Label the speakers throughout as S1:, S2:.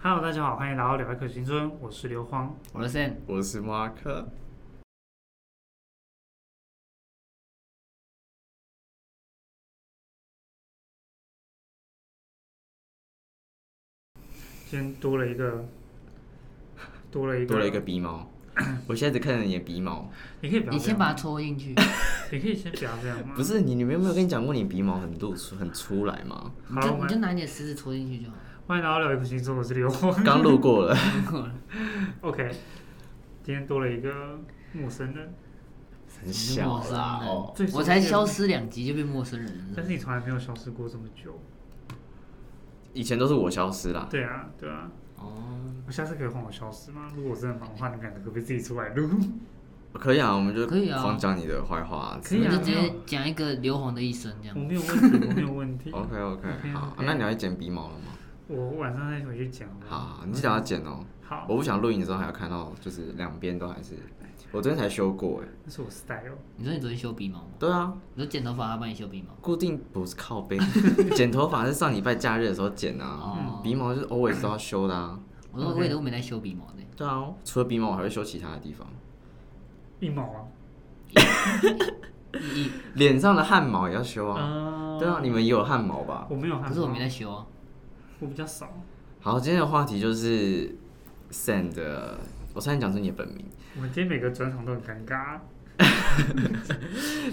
S1: Hello，大家好，欢迎来到两百可青春，我是刘荒。
S2: 我的 Sam，
S3: 我是马克。
S1: 今天多了一个， 多了一个，
S3: 多了一个，鼻毛， 我现在只看着你的鼻毛，
S1: 你可以不要，
S2: 你先把它，戳进去，
S1: 你可以先不要这样吗？
S3: 不是你，你们有没有跟你讲过你鼻毛很露出很出来吗？
S1: 好
S2: 你
S1: 了，
S2: 就
S1: 我
S2: 你就
S1: 们
S2: 拿你的食指戳进去就好
S1: 欢迎来到两百可青春，我是刘荒。
S3: 刚路过了，
S2: 了。
S1: OK，今天多了一个陌生人，
S3: 很小 啦哦。
S1: 最熟悉的
S2: 我才消失两集就变陌生人
S1: 但
S2: 了，
S1: 是你从来没有消失过这么久。
S3: 以前都是我消失啦。
S1: 对啊，对啊，
S3: 哦，
S1: 我下次可以换我消失吗？如果我真的忙的话，你们两个可不可以自己出来录？
S3: 可以啊，我们就
S2: 可以啊
S3: 狂讲你的坏话。
S1: 可以
S2: 我
S1: 啊
S2: 就直接讲一个刘洪的一生这
S1: 我
S2: 样。
S1: 没有问题，我没有问题。
S3: OK OK，
S1: OK，OK
S3: 好，啊那你要去剪鼻毛了吗？
S1: 我晚上再回去剪好不
S3: 好，好你记得要剪哦。
S1: 好，
S3: 我不想录影的时候还要看到，就是两边都还是。我昨天才修过哎。
S1: 那是我 style。
S2: 你说你昨天修鼻毛吗？
S3: 对啊，
S2: 你说剪头发他帮你修鼻毛？
S3: 固定不是靠背，剪头发是上礼拜假日的时候剪啊
S2: 哦，
S3: 鼻毛就是 always 都要修的啊。
S2: 我说
S1: OK
S2: 我也都没在修鼻毛的，
S3: 对啊，除了鼻毛，我还会修其他的地方，
S1: 一毛啊，
S2: 一
S3: 脸上的汗毛也要修啊。
S1: 嗯
S3: 对啊，你们也有汗毛吧？
S1: 我没有汗毛，
S2: 可是我没在修啊。
S1: 我比较少。
S3: 好，今天的话题就是 Sand，的我差点讲出你的本名。
S1: 我们今天每个转场都很尴尬。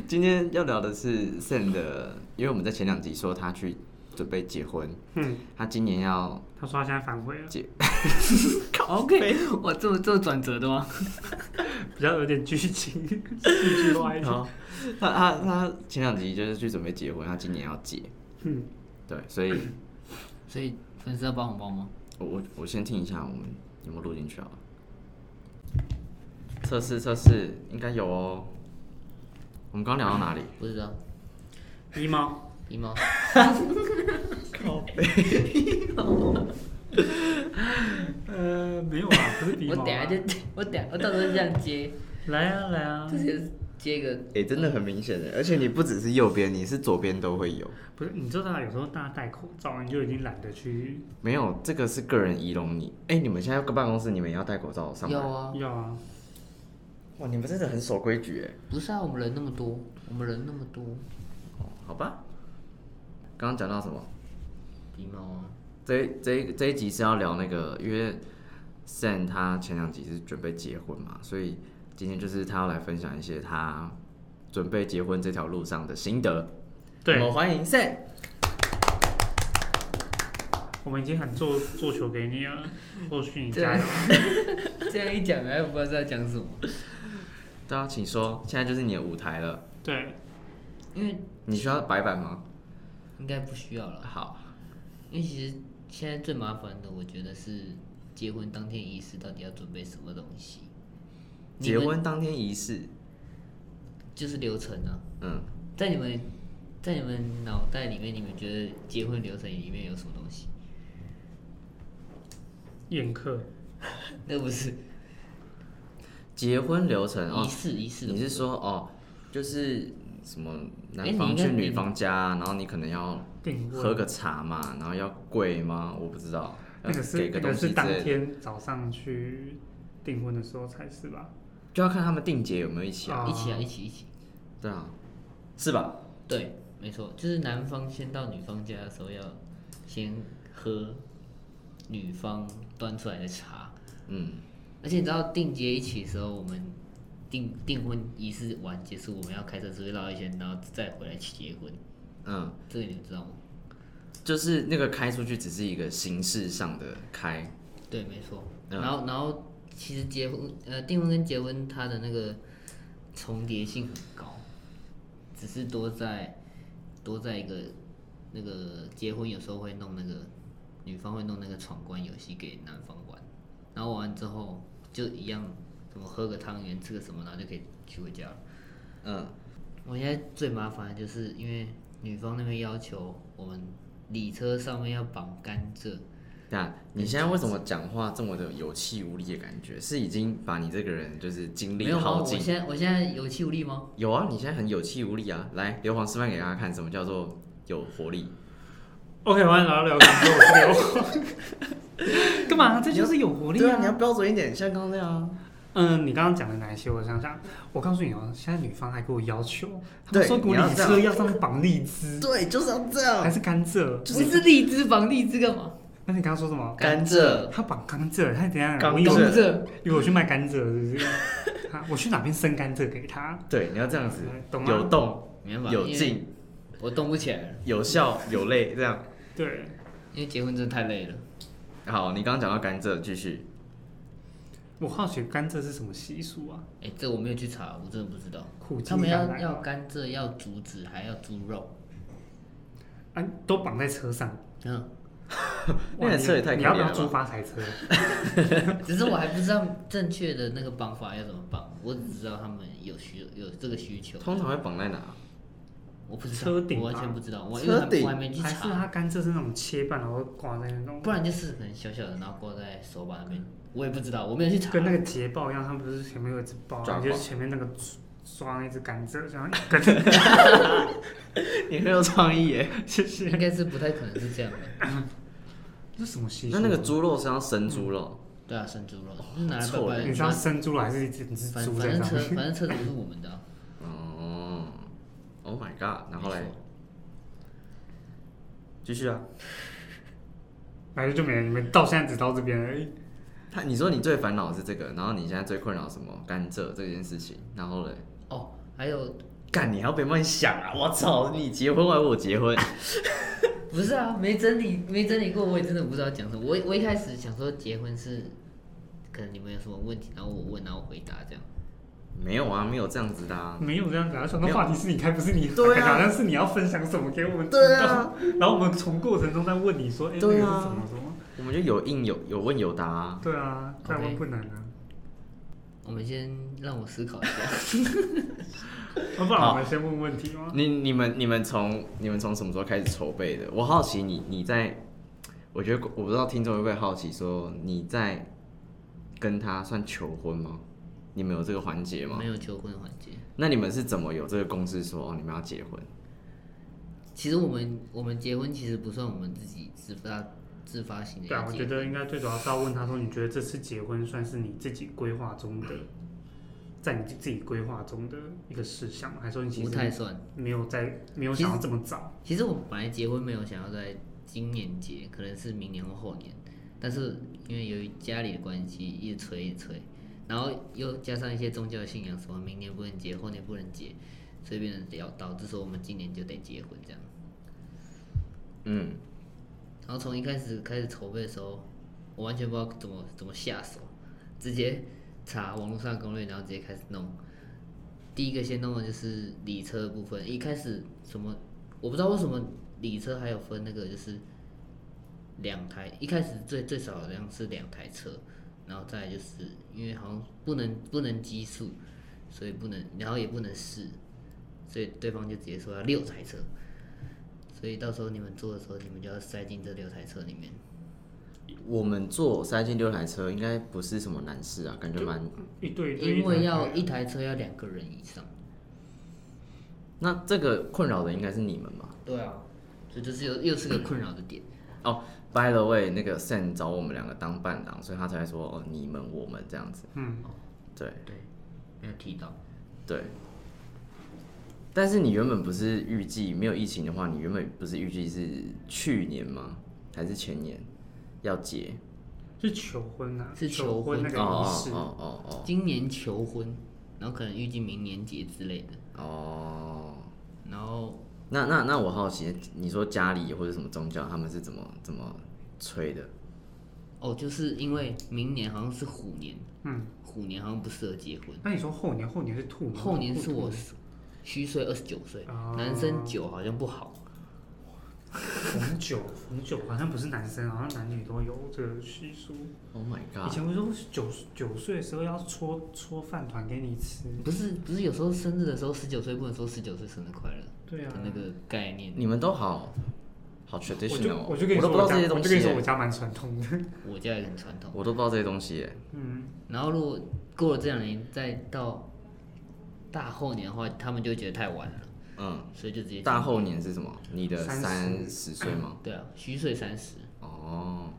S3: 今天要聊的是 Sand，的因为我们在前两集说他去准备结婚，
S1: 嗯，
S3: 他今年要
S1: 他说他现在反悔了，
S2: 哦 OK，我 这么这么转折的 吗？
S1: 比较有点剧情，戏剧化一点。
S3: 好，他他他前两集就是去准备结婚，他今年要结，
S1: 嗯，
S3: 对，所以
S2: 所以粉丝要包红包吗？
S3: 我我我先听一下我们有没有录进去好了。测试测试，应该有哦。我们刚聊到哪里？
S2: 不知道，
S1: 一毛，
S2: 鼻毛。
S1: 呃，没有啊， 不是鼻
S2: 我
S1: 毛啊。
S2: 等下就 我等下我到时候就这样 接，
S1: 来啊来啊
S2: 这，是接一个
S3: 哎、真的很明显的，而且你不只是右边，你是左边都会有。
S1: 不是，你知道有时候大家戴口罩，你就已经懒得去
S3: 没有，这个是个人仪容你。哎、你们现在个办公室，你们也要戴口罩上班？
S2: 有啊，
S1: 要啊。
S3: 哇，你们真的很守规矩哎。
S2: 不是啊，我们人那么多，我们人那么多，
S3: 哦，好吧。刚刚讲到什么？
S2: 鼻毛啊。
S3: 这一这一这一集是要聊那个，因为 Sam 他前两集是准备结婚嘛，所以今天就是他要来分享一些他准备结婚这条路上的心得。
S1: 对
S3: 我，们欢迎 Sam。
S1: 我们已经很做做球给你了，后续你加油。
S2: 这样一讲，还不知道在讲什么。
S3: 大家啊请说，现在就是你的舞台了。
S1: 对，
S2: 因为
S3: 你需要白板吗？
S2: 应该不需要了，
S3: 好，
S2: 因为其实现在最麻烦的，我觉得是结婚当天仪式到底要准备什么东西。你
S3: 结
S2: 们
S3: 婚当天仪式，
S2: 就是流程啊，
S3: 嗯，
S2: 在你们在你们脑袋里面，你们觉得结婚流程里面有什么东西？
S1: 宴客
S2: 那不是
S3: 结婚流程哦
S2: 仪，式仪式的
S3: 你
S2: 部分。
S3: 是说哦，就是什么
S2: 哎
S3: 男
S2: 你
S3: 方
S2: 应该
S3: 去女
S2: 你
S3: 方家，然后你可能要
S1: 定位，
S3: 喝个茶嘛，然后要跪吗？我不知道，要
S1: 那个是
S3: 给
S1: 那
S3: 东
S1: 个
S3: 西
S1: 是
S3: 之
S1: 当
S3: 类的，
S1: 天早上去订婚的时候才是吧？
S3: 就要看他们定节有没有一起啊。
S1: 哦
S2: 一起啊，一起一起。
S3: 对啊，是吧？
S2: 对，没错，就是男方先到女方家的时候，要先喝女方端出来的茶。
S3: 嗯，
S2: 而且你知道定结一起的时候，我们订订婚仪式完结束，我们要开车出去绕一圈，然后再回来去结婚。
S3: 嗯，
S2: 这个你们知道吗？
S3: 就是那个开出去只是一个形式上的开，
S2: 对，没错。
S3: 嗯
S2: 然后，然后其实结婚，呃，订婚跟结婚它的那个重叠性很高，只是多在多在一个那个结婚有时候会弄那个女方会弄那个闯关游戏给男方玩，然后玩完之后就一样，什么喝个汤圆吃个什么，然后就可以去回家了。
S3: 嗯，
S2: 我现在最麻烦的就是因为女方那边要求我们礼车上面要绑甘蔗，
S3: 对啊，你现在为什么讲话这么的有气无力的感觉？是已经把你这个人就是精
S2: 没
S3: 力
S2: 有吗？
S3: 耗
S2: 我
S3: 尽？
S2: 现在我现在有气无力吗？
S3: 有啊，你现在很有气无力啊！来，刘皇示范给大家看什么叫做有活力。
S1: OK，欢迎来到聊天室，我是刘。
S2: 干
S1: 干嘛？这就是有活力
S3: 对啊，你要标准一点，像刚刚那样啊。
S1: 嗯，你刚刚讲的哪一些？我想想，我告诉你哦，现在女方还给我要求，他
S3: 对
S1: 们说
S3: 你
S1: 滚
S3: 要
S1: 理
S3: 这样
S1: 车要上面绑荔枝，
S3: 对，就是要这
S1: 还
S3: 样。
S1: 是甘蔗？
S2: 不是荔枝绑荔枝干嘛？
S1: 那你刚刚说什么？
S3: 甘蔗
S1: 他绑甘蔗，他怎样？
S3: 甘
S1: 我
S2: 甘
S1: 以为
S2: 蔗，
S1: 以为我去卖甘蔗，是不是？啊我去哪边生甘蔗给他？
S3: 对，你要这样子，
S1: 懂啊吗
S3: 有动、
S2: 没办法，
S3: 有
S2: 因为
S3: 静、
S2: 我动不起来了，
S3: 有笑、有泪，这样。
S1: 对，
S2: 因为结婚真的太累了。
S3: 好，你刚刚讲到甘蔗，继续。
S1: 我好奇甘蔗是什么习俗啊？
S2: 哎、这我没有去查，我真的不知道。
S1: 苦
S2: 他
S1: 尽
S2: 们
S1: 甘
S2: 要
S1: 来
S2: 要甘蔗，要竹子，还要猪肉。
S1: 啊，都绑在车上。
S2: 嗯，
S3: 那台车也
S1: 哇你
S3: 太可
S1: 你
S3: 怜
S1: 要不要
S3: 了
S1: 租发
S3: 吧。
S1: 财车？
S2: 嗯只是我还不知道正确的那个绑法要怎么绑，我只知道他们有需有这个需求。
S3: 通常会绑在哪？
S2: 我不知道，
S1: 车顶吧
S2: 我完全不知道，我因为
S3: 车
S2: 还
S3: 顶
S2: 我还没去
S1: 还是
S2: 查，
S1: 它甘蔗是那种切半然后挂在那种
S2: 不，然就是可能小小的，然后挂在手把那边，我也不知道，我没有去查。
S1: 跟那个捷豹一样，他们不是前面有一只豹，
S3: 抓
S1: 然后就是
S3: 豹
S1: 前面那个抓那只甘蔗，然后一根
S3: 你很有创意耶。
S1: 谢谢。
S2: 应该是不太可能是这样的。
S1: 这是什么习俗？啊
S3: 那那个猪肉是要生猪肉，
S2: 对啊，生猪肉是拿来
S3: 错
S2: 拜拜
S1: 你
S2: 的，
S1: 是要生猪了还是一只
S2: 反
S1: 猪
S2: 反
S1: 在
S2: 正
S1: 上
S2: 车
S1: 面？
S2: 反正车子不是我们 的啊、
S3: 哦，Oh my god！然后嘞
S2: 没，错
S3: 继续啊。
S1: 反正就没了。你们到现在只到这边而已。
S3: 他你说你最烦恼的是这个，然后你现在最困扰什么？甘蔗这件事情，然后嘞，
S2: 哦，还有
S3: 干你还要别乱想啊！我操，你结婚还我结婚，
S2: 不是啊，没整理没整理过，我也真的不知道讲什么。我我一开始想说结婚是可能你们有什么问题，然后我问，然后我回答这样。
S3: 没有啊，没有这样子的啊。
S1: 没有这样子啊，想到
S3: 没有
S1: 话题是你开，不是你
S3: 对啊
S1: 好像是你要分享什么给我们知
S3: 对
S1: 道
S3: 啊，
S1: 然后我们从过程中再问你说，哎，那个
S3: 对
S1: 是
S3: 啊
S1: 什么什么？
S3: 我们就有应有有问有答、啊。
S1: 对啊，再问
S2: OK
S1: 不难啊。
S2: 我们先让我思考一下。
S1: 啊要不然
S3: 好
S1: 我们先问问题吗？
S3: 你你们你们从你们从什么时候开始筹备的？我好奇你你在，我觉得我不知道听众会不会好奇说你在跟他算求婚吗？你们有这个环节吗
S2: 没？有求婚环节。
S3: 那你们是怎么有这个共识说哦你们要结婚？
S2: 其实我们我们结婚其实不算我们自己自发自发性的
S1: 对啊，
S2: 要
S1: 我
S2: 结
S1: 觉
S2: 婚，
S1: 得应该最主要是要问他说，你觉得这次结婚算是你自己规划中的，在你自己规划中的一个事项吗，还是说你其
S2: 不太
S1: 实
S2: 算。
S1: 没有在没有想要这么早？
S2: 其实我本来结婚没有想要在今年结，可能是明年或后年，但是因为由于家里的关系，一直催一直催，然后又加上一些宗教信仰，什么明年不能结，后年不能结，所以变成要导致说我们今年就得结婚这样。
S3: 嗯，
S2: 然后从一开始开始筹备的时候，我完全不知道怎么怎么下手，直接查网络上的攻略，然后直接开始弄。第一个先弄的就是礼车的部分，一开始什么我不知道为什么礼车还有分那个就是两台，一开始最最少好像是两台车，然后再来就是因为好像不能不能奇数，所以不能，然后也不能试，所以对方就直接说要六台车。所以到时候你们做的时候，你们就要塞进这六台车里面。
S3: 我们坐塞进六台车应该不是什么难事啊，感觉蛮……
S1: 一对一对一
S2: 因为要
S1: 才可以
S2: 一台车要两个人以上。
S3: 那这个困扰的应该是你们吧
S2: 对啊，所以这是又又是个困扰的点。
S3: ？By the way，那个 Sam 找我们两个当伴郎，所以他才会说哦你们我们这样子。
S1: 嗯，
S3: 对
S2: 对，没有提到。
S3: 对。但是你原本不是预计没有疫情的话，你原本不是预计是去年吗？还是前年要结？
S1: 是求婚啊，
S2: 是
S1: 求
S2: 求
S1: 婚
S2: 婚
S1: 那个仪
S3: 哦哦
S1: 式。
S3: 哦哦
S2: 今年求婚，然后可能预计明年结之类的。
S3: 哦哦。
S2: 然后
S3: 那那那我好奇，你说家里或者什么宗教，他们是怎么怎么催的？
S2: 哦，就是因为明年好像是虎年，
S1: 嗯，
S2: 虎年好像不适合结婚。
S1: 那你说后年，后年是兔年吗，
S2: 后年是
S1: 兔
S2: 我
S1: 年
S2: 虚岁二十九岁
S1: 哦，
S2: 男生九好像不好。
S1: 红酒，红酒好像不是男生，好像男女都有这个习俗。
S3: Oh my
S1: 以
S3: god！
S1: 前不是说九九岁的时候要搓搓饭团给你吃？
S2: 不是不是，有时候生日的时候十九岁不能说十九岁生日快乐
S1: 对啊
S2: 的，那个概念。
S3: 你们都好好
S1: 我
S3: traditional，
S1: 就
S3: 哦
S1: 我就跟你
S3: 都
S1: 说我
S3: 不知道这
S1: 家，
S3: 些
S1: 我
S3: 东
S1: 就跟
S3: 西
S1: 你说我
S3: 耶，
S1: 家蛮传统的。
S2: 我家也很传统。
S3: 我都不知道这些东西耶。
S1: 嗯，
S2: 然后如果过了这两年再到大后年的话，他们就会觉得太晚了，
S3: 嗯，
S2: 所以就直接
S3: 大后年是什么？你的
S1: 三
S3: 三
S1: 十
S3: 十岁吗？
S2: 对啊，虚岁三十，
S3: 哦，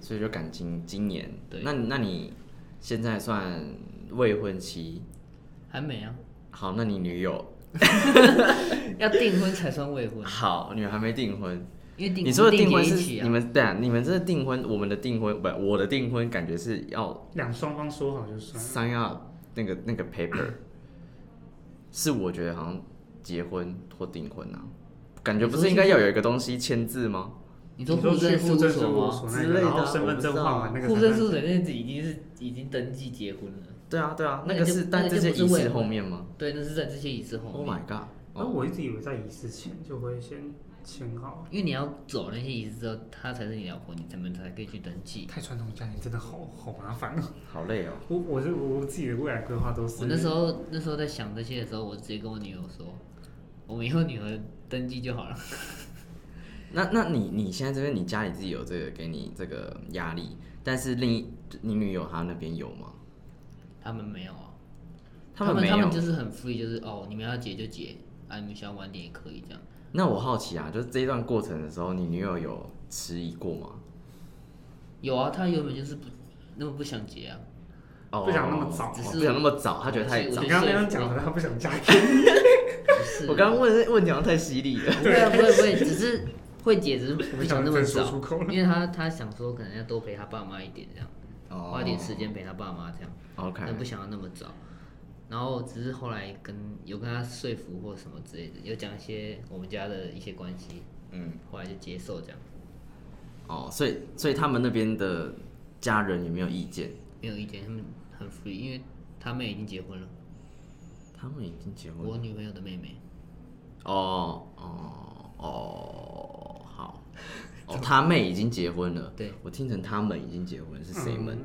S3: 所以就赶今今年。
S2: 对
S3: 那你那你现在算未婚妻，
S2: 还没啊，
S3: 好，那你女友
S2: 要订婚才算未婚，
S3: 好，女友还没订婚。
S2: 因为订
S3: 你说的
S2: 订
S3: 订婚
S2: 结一
S3: 是
S2: 起
S3: 你
S2: 啊，
S3: 们对啊，你们这个订婚，我们的订婚不，我的订婚感觉是
S2: 啊
S3: 要
S1: 两双方说好就算了。
S3: sign up 那个那个 paper，是我觉得好像结婚或订婚啊，感觉不是应该要有一个东西签字吗？
S2: 你说
S1: 你说
S2: 户
S1: 去
S2: 政事
S1: 户
S2: 务
S1: 政事
S2: 所
S1: 务
S2: 吗？
S1: 所那
S3: 之
S1: 个，
S3: 类的
S1: 然
S3: 啊
S1: 后身份证换完那个才
S2: 户
S1: 算
S2: 政事务所那已经是已经登记结婚了，
S3: 对啊对啊，
S2: 那
S3: 那
S2: 个
S3: 个
S2: 就是那
S3: 但
S2: 个
S3: 这
S2: 就
S3: 些
S2: 不是
S3: 仪
S2: 未
S3: 式
S2: 婚
S3: 后面吗
S2: 对，那是在这些仪式后
S3: ？Oh
S2: 面，
S3: my god！
S1: 那
S3: 哦
S1: 我一直以为在仪式前就会先签好。
S2: 因为你要走那些仪式之后，他才是你老婆，你才能才可以去登记。
S1: 太传统家庭真的好好麻烦哦。
S3: 好累哦。
S1: 我我是我我自己的未来规划都是。
S2: 我那时候那时候在想这些的时候，我直接跟我女友说，我们以后女儿登记就好了。
S3: 那那你你现在这边你家里自己有这个给你这个压力，但是另一你女友她那边有吗？
S2: 他们没有啊，
S3: 他
S2: 们
S3: 没
S2: 他
S3: 有
S2: 们。就是很 free，就是哦，你们要结就结，啊，你们想晚点也可以这样。
S3: 那我好奇啊，就是这一段过程的时候，你女友有迟疑过吗？
S2: 有啊，他原本就是不那么不想结啊，
S3: 哦
S1: 不想那么早
S3: 哦
S2: 只是
S3: 不想那么早，她觉得太
S2: 我
S3: 早
S1: 你。刚刚那样讲的，他不想 嫁给你。
S2: 不是。
S3: 我刚刚问的问题好像太犀利了。
S2: 不会啊不会不会，只是会解，只是不
S1: 不想
S2: 想那么
S1: 再说
S2: 早
S1: 出口，了
S2: 因为他他想说可能要多陪他爸妈一点这样，
S3: 哦
S2: 花点时间陪他爸妈这样，
S3: OK，
S2: 但不想要那么早。然后只是后来跟有跟他说服或什么之类的，有讲一些我们家的一些关系，
S3: 嗯，
S2: 后来就接受这样，
S3: 哦，所以所以他们那边的家人有没有意见？
S2: 没有意见，他们很 free，因为他妹已经结婚了，
S3: 他们已经结婚
S2: 我
S3: 了。
S2: 女朋友的妹妹，
S3: 哦哦哦，好。哦，他妹已经结婚了。
S2: 对，
S3: 我听成他们已经结婚是谁们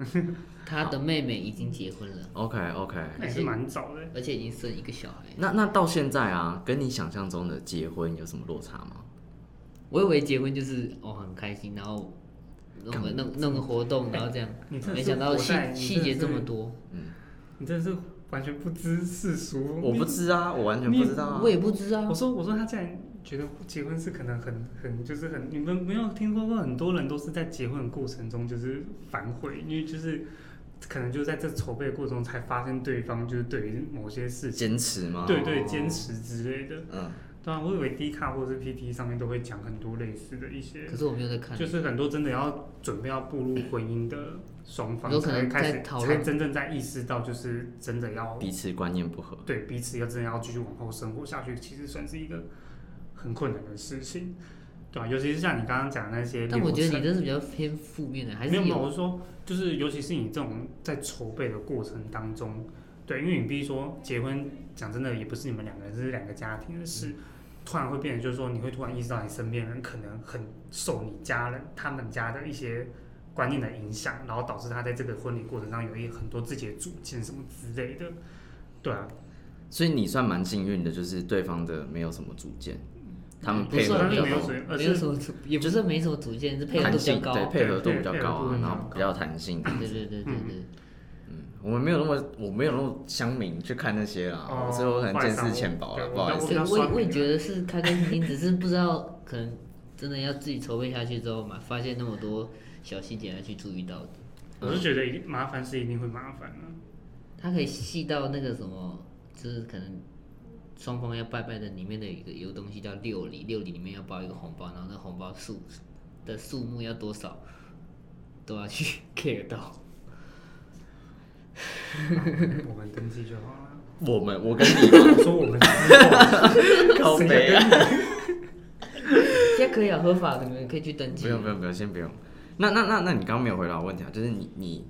S2: 她的妹妹已经结婚了，
S3: ？OK OK，
S1: 那也是蛮早的。
S2: 而且已经生一个小孩。
S3: 那那到现在啊，跟你想象中的结婚有什么落差吗？
S2: 我以为结婚就是哦很开心，然后弄个弄弄个活动，然后这样，
S1: 你真的
S2: 没
S1: 是
S2: 想到
S1: 活在
S2: 细
S1: 你
S2: 细
S1: 真的
S2: 节
S1: 是
S2: 这么多，
S1: 你真的是完全不知世俗。
S3: 我不
S1: 你。
S3: 知啊，我完全不知道啊
S2: 我。也不知道
S1: 我。说我说他竟然觉得结婚是可能很很就是很你们没有听说过很多人都是在结婚的过程中就是反悔，因为就是可能就在这筹备过程中才发现对方就是对于某些事情。
S3: 坚持吗？
S1: 对对，坚。持之类的。
S3: 嗯，
S1: 当然，我以为 D 卡或者是 PT 上面都会讲很多类似的一些
S2: 可，是我没有在看，
S1: 就是很多真的要准备要步入婚姻的双方
S2: 有可
S1: 才会
S2: 能
S1: 开
S2: 在
S1: 始，
S2: 讨
S1: 才
S2: 论
S1: 真正在意识到，就是真的要
S3: 彼此观念不合。
S1: 对彼此要真的要继续往后生活下去，其实算是一个很困难的事情，对吧、尤其是像你刚刚讲的那些流程，
S2: 但我觉得你这是比较偏负面的，还
S1: 没
S2: 是
S1: 有没有，我是说，就是尤其是你这种在筹备的过程当中，对，因为你必须说结婚，讲真的也不是你们两个人，这是两个家庭的事。
S2: 嗯
S1: 突然会变得就是说，你会突然意识到你身边人可能很受你家人他们家的一些观念的影响，然后导致他在这个婚礼过程上有一很多自己的主见什么之类的，对啊，
S3: 所以你算蛮幸运的，就是对方的没有什么主见，他们
S2: 不
S3: 配
S2: 是
S3: 合
S1: 他
S2: 啊
S1: 们
S3: 比
S1: 没有
S3: 较
S1: 水，而
S2: 没有
S1: 是
S2: 什么主，也不是没什么主见，是配合度比
S3: 弹
S2: 较
S3: 性，
S2: 高。啊
S3: 对，
S2: 对
S3: 配合度比较高
S1: 对配合度比
S3: 啊，
S1: 较
S3: 然后比较弹性。
S2: 对对对对，
S3: 嗯，我们没有那么，我没有那么乡民去看那些啦，
S1: 哦
S3: 所以我可能见识浅薄了，
S1: 坏
S3: 不好意
S1: 嗯我
S3: 思
S1: 比。
S2: 对
S1: 较
S2: 我也
S1: 酸
S2: 我也觉得是开开心心，只是不知道可能真的要自己筹备下去之后嘛，发现那么多小细节要去注意到的。
S1: 我是觉得一定麻烦是一定会麻烦的、
S2: 它可以细到那个什么，就是可能双方要拜拜的里面的一个有个东西叫六礼，六礼里面要包一个红包，然后那红包数的数目要多少，都要去 care 到。
S1: 我们登记就好了。
S3: 我们，我跟你 嘛
S1: 我说我们之
S3: 靠
S1: 后，谁
S3: 北
S1: 要
S3: 啊，
S1: 跟你
S2: 现在可以啊，合法的，你们可以去登记。
S3: 不用不用不用，先不用。那那那那你刚刚没有回答我问题啊，就是你你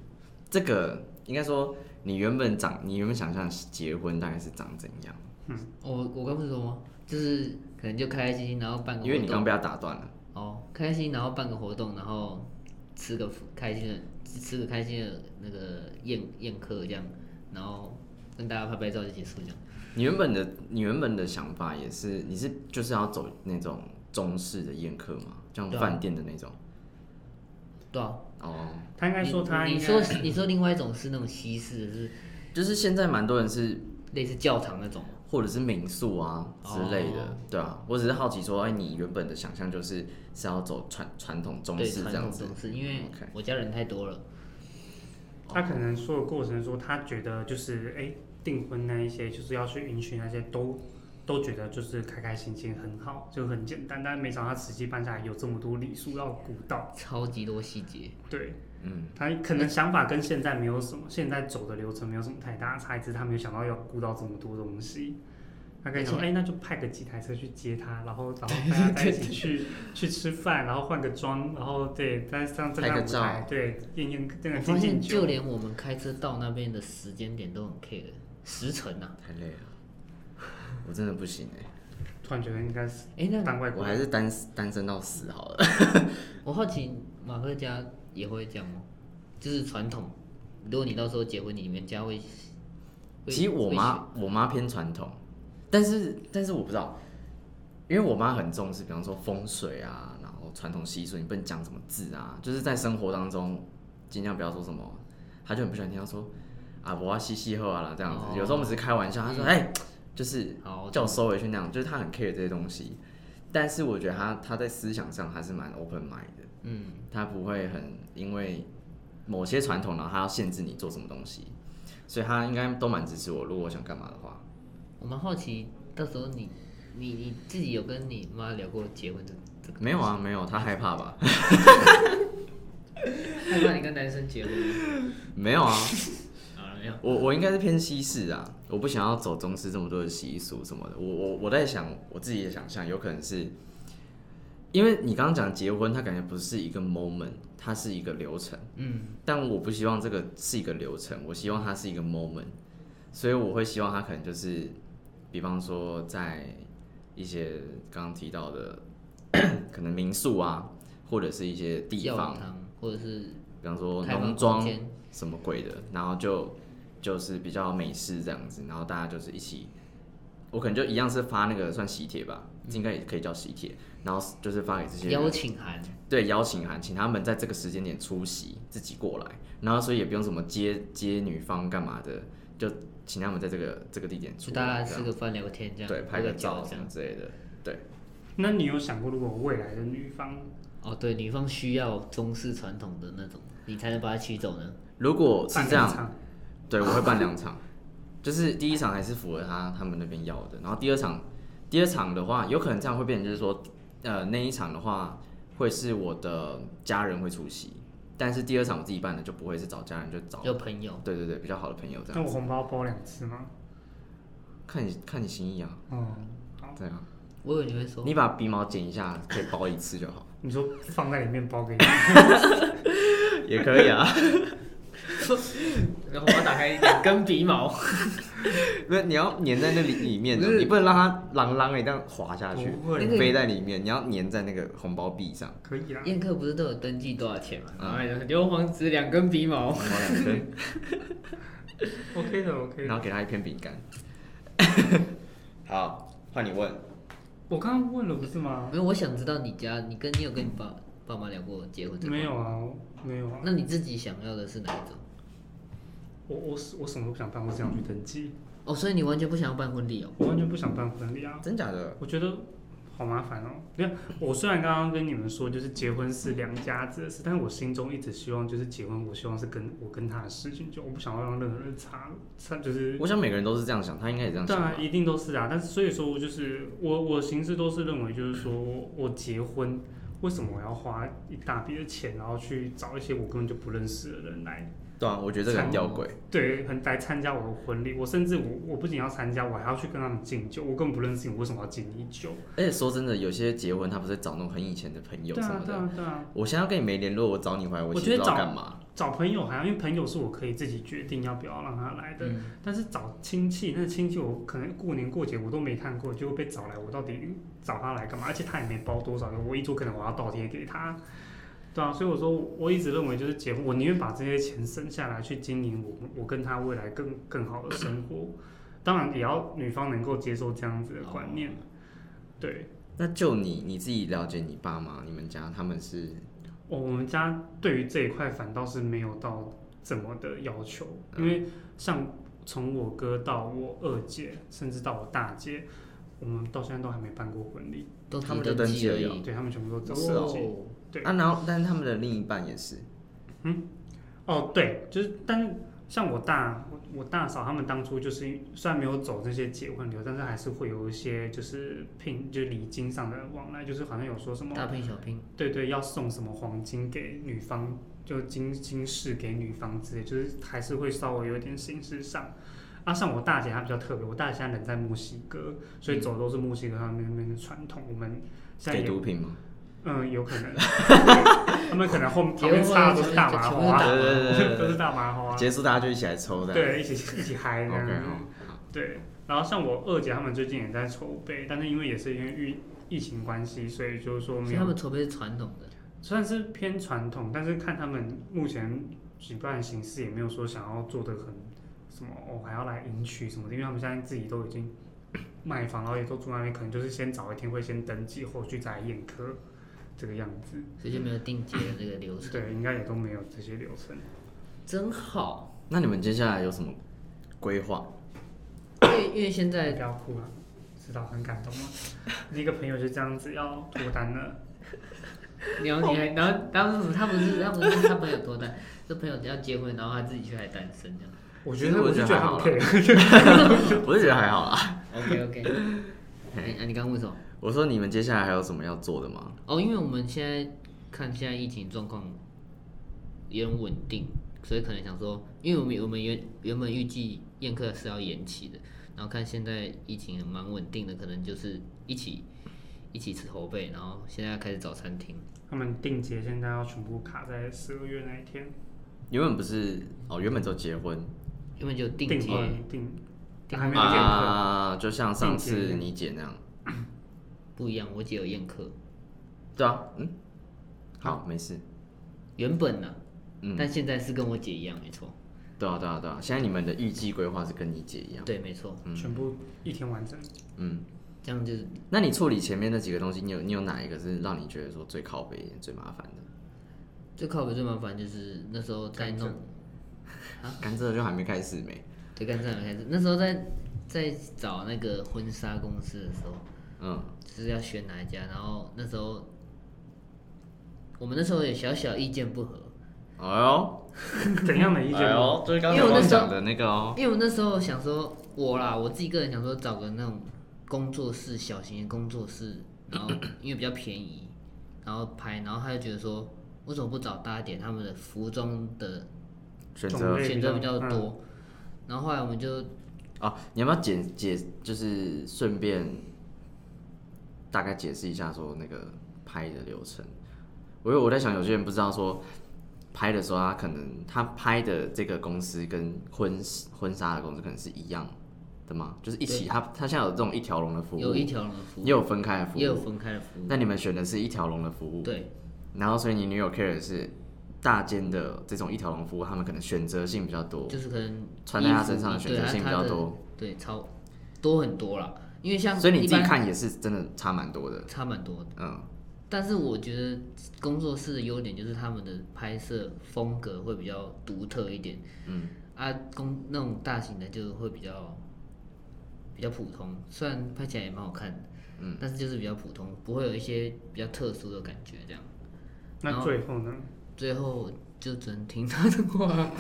S3: 这个应该说你原本长，你原本想象结婚大概是长怎样？
S2: 我我刚不是说吗？就是可能就开开心心，然后办个活动。
S3: 因为你刚刚被他打断了。
S2: 哦，开开心心，然后办个活动，然后吃个开心的，吃吃个开心的那个宴宴客这样，然后跟大家拍拍照就结束这样。
S3: 你原本的你原本的想法也是，你是就是要走那种中式的宴客嘛，像
S2: 对啊
S3: 饭店的那种。
S2: 对啊，
S3: 哦，
S1: 他应该说他
S2: 你
S1: 应
S2: 你
S1: 该
S2: 说你说另外一种是那种西式的是，
S3: 就是现在蛮多人是
S2: 类似教堂那种吗？
S3: 或者是民宿啊之类的，
S2: 哦
S3: 对啊，我只是好奇说，哎，你原本的想象就是是要走传传统中
S2: 对，
S3: 式
S2: 传
S3: 这
S2: 统
S3: 样子
S2: 中，式，因为
S3: OK
S2: 我家人太多了。
S1: 他可能说的过程说，他觉得就是哎、订婚那一些就是要去允许那些都都觉得就是开开心心很好，就很简单，但没想到他实际办下来有这么多礼数要顾到。
S2: 超级多细节，
S1: 对
S3: 嗯，
S1: 他可能想法跟现在没有什么，现在走的流程没有什么太大的差异，只是他没有想到要顾到这么多东西。他跟你说，
S2: 而
S1: 哎、那就派个几台车去接他，然后然后大家在一起去去吃饭，然后换个妆，然后对，在上站在
S3: 拍个
S1: 舞台，对，验验那个
S2: 我
S1: 敬
S2: 发
S1: 敬
S2: 现就
S1: 酒，
S2: 连我们开车到那边的时间点都很 care，时辰啊呐、
S3: 太累了， 我真的不行哎、
S1: 突然觉得应该是
S2: 哎、那
S1: 当外
S3: 我
S1: 国
S3: 还
S1: 人，
S3: 是单单身到死好了。
S2: 我好奇马克家也会这样吗？就是传统，如果你到时候结婚，你们家会？会
S3: 其实我妈我妈偏传统，但是但是我不知道，因为我妈很重视，比方说风水啊，然后传统习俗，你不能讲什么字啊，就是在生活当中尽量不要说什么，她就很不喜欢听到说啊我要嘻嘻后啊啦这样子。
S2: 哦
S3: 有时候我们只是开玩笑，她说
S2: 嗯
S3: 哎、就是
S2: 会好
S3: 哦叫我收回去那样，就是她很 care 这些东西，但是我觉得她她在思想上还是蛮 open mind 的。
S2: 嗯，
S3: 他不会很因为某些传统，然后他要限制你做什么东西，所以他应该都蛮支持我。如果我想干嘛的话，
S2: 我蛮好奇，到时候你你你自己有跟你妈聊过结婚的这个？
S3: 没有啊，没有，他害怕吧？
S2: 害怕你跟男生结婚？
S3: 没有啊，
S2: 好了，没有。
S3: 我我应该是偏西式啊，我不想要走中式这么多的习俗什么的。我我我在想我自己的想象，有可能是因为你刚刚讲结婚，它感觉不是一个 moment，它是一个流程。
S2: 嗯，
S3: 但我不希望这个是一个流程，我希望它是一个 moment，所以我会希望它可能就是，比方说在一些刚刚提到的 可能民宿啊，或者是一些地
S2: 教
S3: 方，
S2: 堂或者是
S3: 比方说
S2: 开放
S3: 农
S2: 空
S3: 庄
S2: 间，
S3: 什么鬼的，然后就就是比较美式这样子，然后大家就是一起，我可能就一样是发那个算喜帖吧，
S2: 嗯
S3: 应该也可以叫喜帖，然后就是发给这些人
S2: 邀请函，
S3: 对邀请函，请他们在这个时间点出席，自己过来，然后所以也不用什么接接女方干嘛的，就请他们在这个这个地点
S2: 就
S3: 出
S2: 大家
S3: 来这
S2: 吃
S3: 样，
S2: 个饭聊个天这样，
S3: 对，
S2: 喝
S3: 拍个
S2: 酒
S3: 照
S2: 这
S3: 什
S2: 样
S3: 么。之类的，对，
S1: 那你有想过如果未来的女方
S2: 哦，对，女方需要中式传统的那种，你才能把她娶走呢。
S3: 如果是
S1: 办
S3: 这
S1: 两
S3: 样，
S1: 场，
S3: 对我会办两场，就是第一场还是符合他他们那边要的，然后第二场，第二场的话，有可能这样会变成就是说，呃，那一场的话会是我的家人会出席，但是第二场我自己办的就不会是找家人，就找
S2: 有朋友，
S3: 对对对比较好的朋友这
S1: 那
S3: 样
S1: 我
S3: 子，
S1: 红包包两次吗？
S3: 看你看你心意啊，
S1: 哦、
S3: 对啊。
S2: 我以为你会说，
S3: 你把鼻毛剪一下，可以包一 次就好，
S1: 你说放在里面包给你，
S3: 也可以啊。
S2: 然后我打开两根鼻毛，
S3: 不是，你要粘在那里里面的，
S2: 不是
S3: 你不能让它啷啷的这样滑下去，
S1: 不会
S2: 那个
S3: 飞在里面。你要粘在那个红包币 上，
S1: 可以啦。
S2: 宴客不是都有登记多少钱吗？
S3: 嗯
S2: 然后硫磺纸两根鼻毛，
S3: 然后两根，
S1: OK 的，OK 的
S3: 然。后给他一片 饼干。好，换你问。
S1: 我刚刚问了不是吗？
S2: 没有，我想知道你家，你跟你有跟你爸爸妈聊过结婚这个
S1: 没
S2: 话
S1: 有啊，没有啊
S2: 吗？。那你自己想要的是哪一种？
S1: 我我是我什么都不想办，我只想去登记。
S2: 哦，所以你完全不想要办婚礼哦？
S1: 我完全不想办婚礼啊，
S3: 真假的？
S1: 我觉得好麻烦哦。你看，我虽然刚刚跟你们说就是结婚是两家子的事，但是我心中一直希望就是结婚，我希望是跟我跟他的事情，就我不想要让任何人插插，就是
S3: 我想每个人都是这样想，他应该也这样想
S1: 当
S3: 吧
S1: 然。一定都是啊，但是所以说就是我我行事都是认为就是说我结婚为什么我要花一大笔的钱，然后去找一些我根本就不认识的人来
S3: 对啊，我觉得这个很吊诡。
S1: 对很来参加我的婚礼，我甚至我我不仅要参加，我还要去跟他们敬酒，我根本不认识你，我为什么要敬你酒？
S3: 而且说真的，有些结婚他不是找那种很以前的朋友
S1: 对
S3: 什
S1: 啊
S3: 么
S1: 对
S3: 的。
S1: 啊对啊，
S3: 我现在跟你没联络，我找你回来，
S1: 我
S3: 其
S1: 觉得
S3: 实不知道
S1: 找
S3: 干嘛。
S1: 找朋友还好因为朋友是我可以自己决定要不要让他来的，
S2: 嗯，
S1: 但是找亲戚，那亲戚我可能过年过节我都没看过，就会被找来，我到底找他来干嘛？而且他也没包多少，我一桌可能我要倒贴给他，对啊，所以我说我一直认为就是结婚，我宁愿把这些钱省下来去经营我我跟他未来更更好的生活，当然也要女方能够接受这样子的观念，对。
S3: 那就你你自己了解你爸妈，你们家他们是
S1: 哦，我们家对于这一块反倒是没有到怎么的要求，因为像从我哥到我二姐，甚至到我大姐，我们到现在都还没办过婚礼，
S2: 都
S3: 他们
S2: 只
S3: 就登
S2: 记
S3: 记
S2: 而
S3: 而已
S2: 已。
S1: 对他们全部都只
S3: 是哦
S1: 登记。对
S3: 啊，然后但是他们的另一半也是，
S1: 哦，对，就是，但像我大我我大嫂他们当初就是虽然没有走这些结婚流，但是还是会有一些就是聘就是礼金上的往来，就是好像有说什么
S2: 大聘小聘，
S1: 对对，要送什么黄金给女方，就金金饰给女方之类，就是还是会稍微有点形式上。啊，像我大姐她比较特别，我大姐现在人在墨西哥，所以走的都是墨西哥他们那边的传统。我们现在
S3: 嗯给
S1: 也
S3: 毒品吗？
S1: 嗯有可 能，他们可能 后旁
S2: 结婚
S1: 边插的都是大麻
S2: 全部
S1: 花
S2: 打
S1: 啊，
S3: 对对对 对
S1: 都是大麻花啊，
S3: 结束大家就一起来抽的。
S1: 对，一起一起嗨这样子。
S3: ，OK 哦，好
S1: 对，然后像我二姐他们最近也在筹备，但是因为也是因为疫疫情关系，所以就是说
S2: 所
S1: 没
S2: 以
S1: 有
S2: 他们筹备是传统的，
S1: 算是偏传统，但是看他们目前举办形式也没有说想要做的很什么哦，还要来迎娶什么的，因为他们现在自己都已经 卖房，然后也都住那边，可能就是先早一天会先登记，后续再来验科这个样子。
S2: 所以就没有定结的这个流 程，
S1: 对，应该也都没有这些流程。
S2: 真好。
S3: 那你们接下来有什么规划？
S2: 因为因为现在
S1: 不要哭了，知道很感动 吗？那个朋友就这样子要脱单了，
S2: 然后你还，然后他不是他不是他不是他朋友多单，这朋友要结婚，然后他自己却还单身这样。
S1: 我
S3: 其
S1: 觉
S3: 实
S1: 得
S3: 我
S1: 我就
S3: 觉
S1: 觉
S3: 得
S1: 得
S3: 还
S1: 他
S3: 好啦
S1: OK，
S3: 我是觉得还好啦。
S2: OK OK，哎、啊，你刚刚问什么？
S3: 我说你们接下来还有什么要做的吗？
S2: 哦，因为我们现在看现在疫情状况也很稳定，所以可能想说，因为我们我们原原本预计宴客是要延期的，然后看现在疫情也蛮稳定的，可能就是一起一起筹备，然后现在开始找餐厅。
S1: 他们定结现在要全部卡在十二月那一天，
S3: 原本不是哦，原本就结婚
S2: 因为就定
S1: 定
S2: 结，
S1: 婚定，
S2: 定
S1: 还没有验科。
S3: 啊，就像上次你姐那样。
S2: 不一样，我姐有宴客，
S3: 对啊，嗯，好，
S1: 嗯
S3: 没事。
S2: 原本呢、
S3: 嗯，
S2: 但现在是跟我姐一样，没错，
S3: 对啊，对啊，对啊。现在你们的预计规划是跟你姐一样。
S2: 对，没错，
S1: 全部一天完整。
S3: 嗯，
S2: 这样就是
S3: 那你处理前面那几个东西，你有你有哪一个是让你觉得说最靠北一点、最麻烦的？
S2: 最靠北最麻烦就是那时候在弄，
S3: 甘蔗就还没开始没？
S2: 对，干这样开始，那时候在在找那个婚纱公司的时候，
S3: 嗯，
S2: 就是要选哪一家，然后那时候我们那时候也小小意见不合，
S3: 哎呦，
S1: 怎样的意见
S3: 哎
S1: 吗？
S3: 呦，就是刚
S2: 因为
S3: 刚
S2: 我那
S3: 刚
S2: 时候
S3: 讲的那个哦。
S2: 因为我那时候想说，我啦，我自己个人想说找个那种工作室，小型的工作室，然后因为比较便宜，然后拍，然后他就觉得说，为什么不找大一点，他们的服装的
S3: 选
S1: 种
S3: 择
S1: 类
S2: 选择比
S1: 比较
S2: 较
S3: 嗯
S2: 多，然后后来我们就
S3: 啊，你要不要解解？就是顺便大概解释一下说那个拍的流程。我有我在想，有些人不知道说拍的时候，他可能他拍的这个公司跟婚婚纱的公司可能是一样的嘛，就是一起。他他现在有这种一条龙的服务，
S2: 有一条龙的服务，
S3: 也有分开的服
S2: 也有
S3: 务。
S2: 分开的服务，
S3: 那你们选的是一条龙的服务，
S2: 对
S3: 然后所以你女友 care 的是大间的这种一条龙服务，他们可能选择性比较多，
S2: 就是可能
S3: 穿在她身上的
S2: 衣服
S3: 选择性比较，
S2: 对
S3: 多。
S2: 它它的对，超多很多啦，因为像
S3: 所以你
S2: 一
S3: 自己
S2: 般
S3: 看也是真的差蛮多的，
S2: 差蛮多的，
S3: 嗯，
S2: 但是我觉得工作室的优点就是他们的拍摄风格会比较独特一点，嗯，啊，工那种大型的就会比较比较普通，虽然拍起来也蛮好看的，嗯，但是就是比较普通，不会有一些比较特殊的感觉这样。
S1: 那最后呢？
S3: 嗯
S2: 最后就只能听他的话，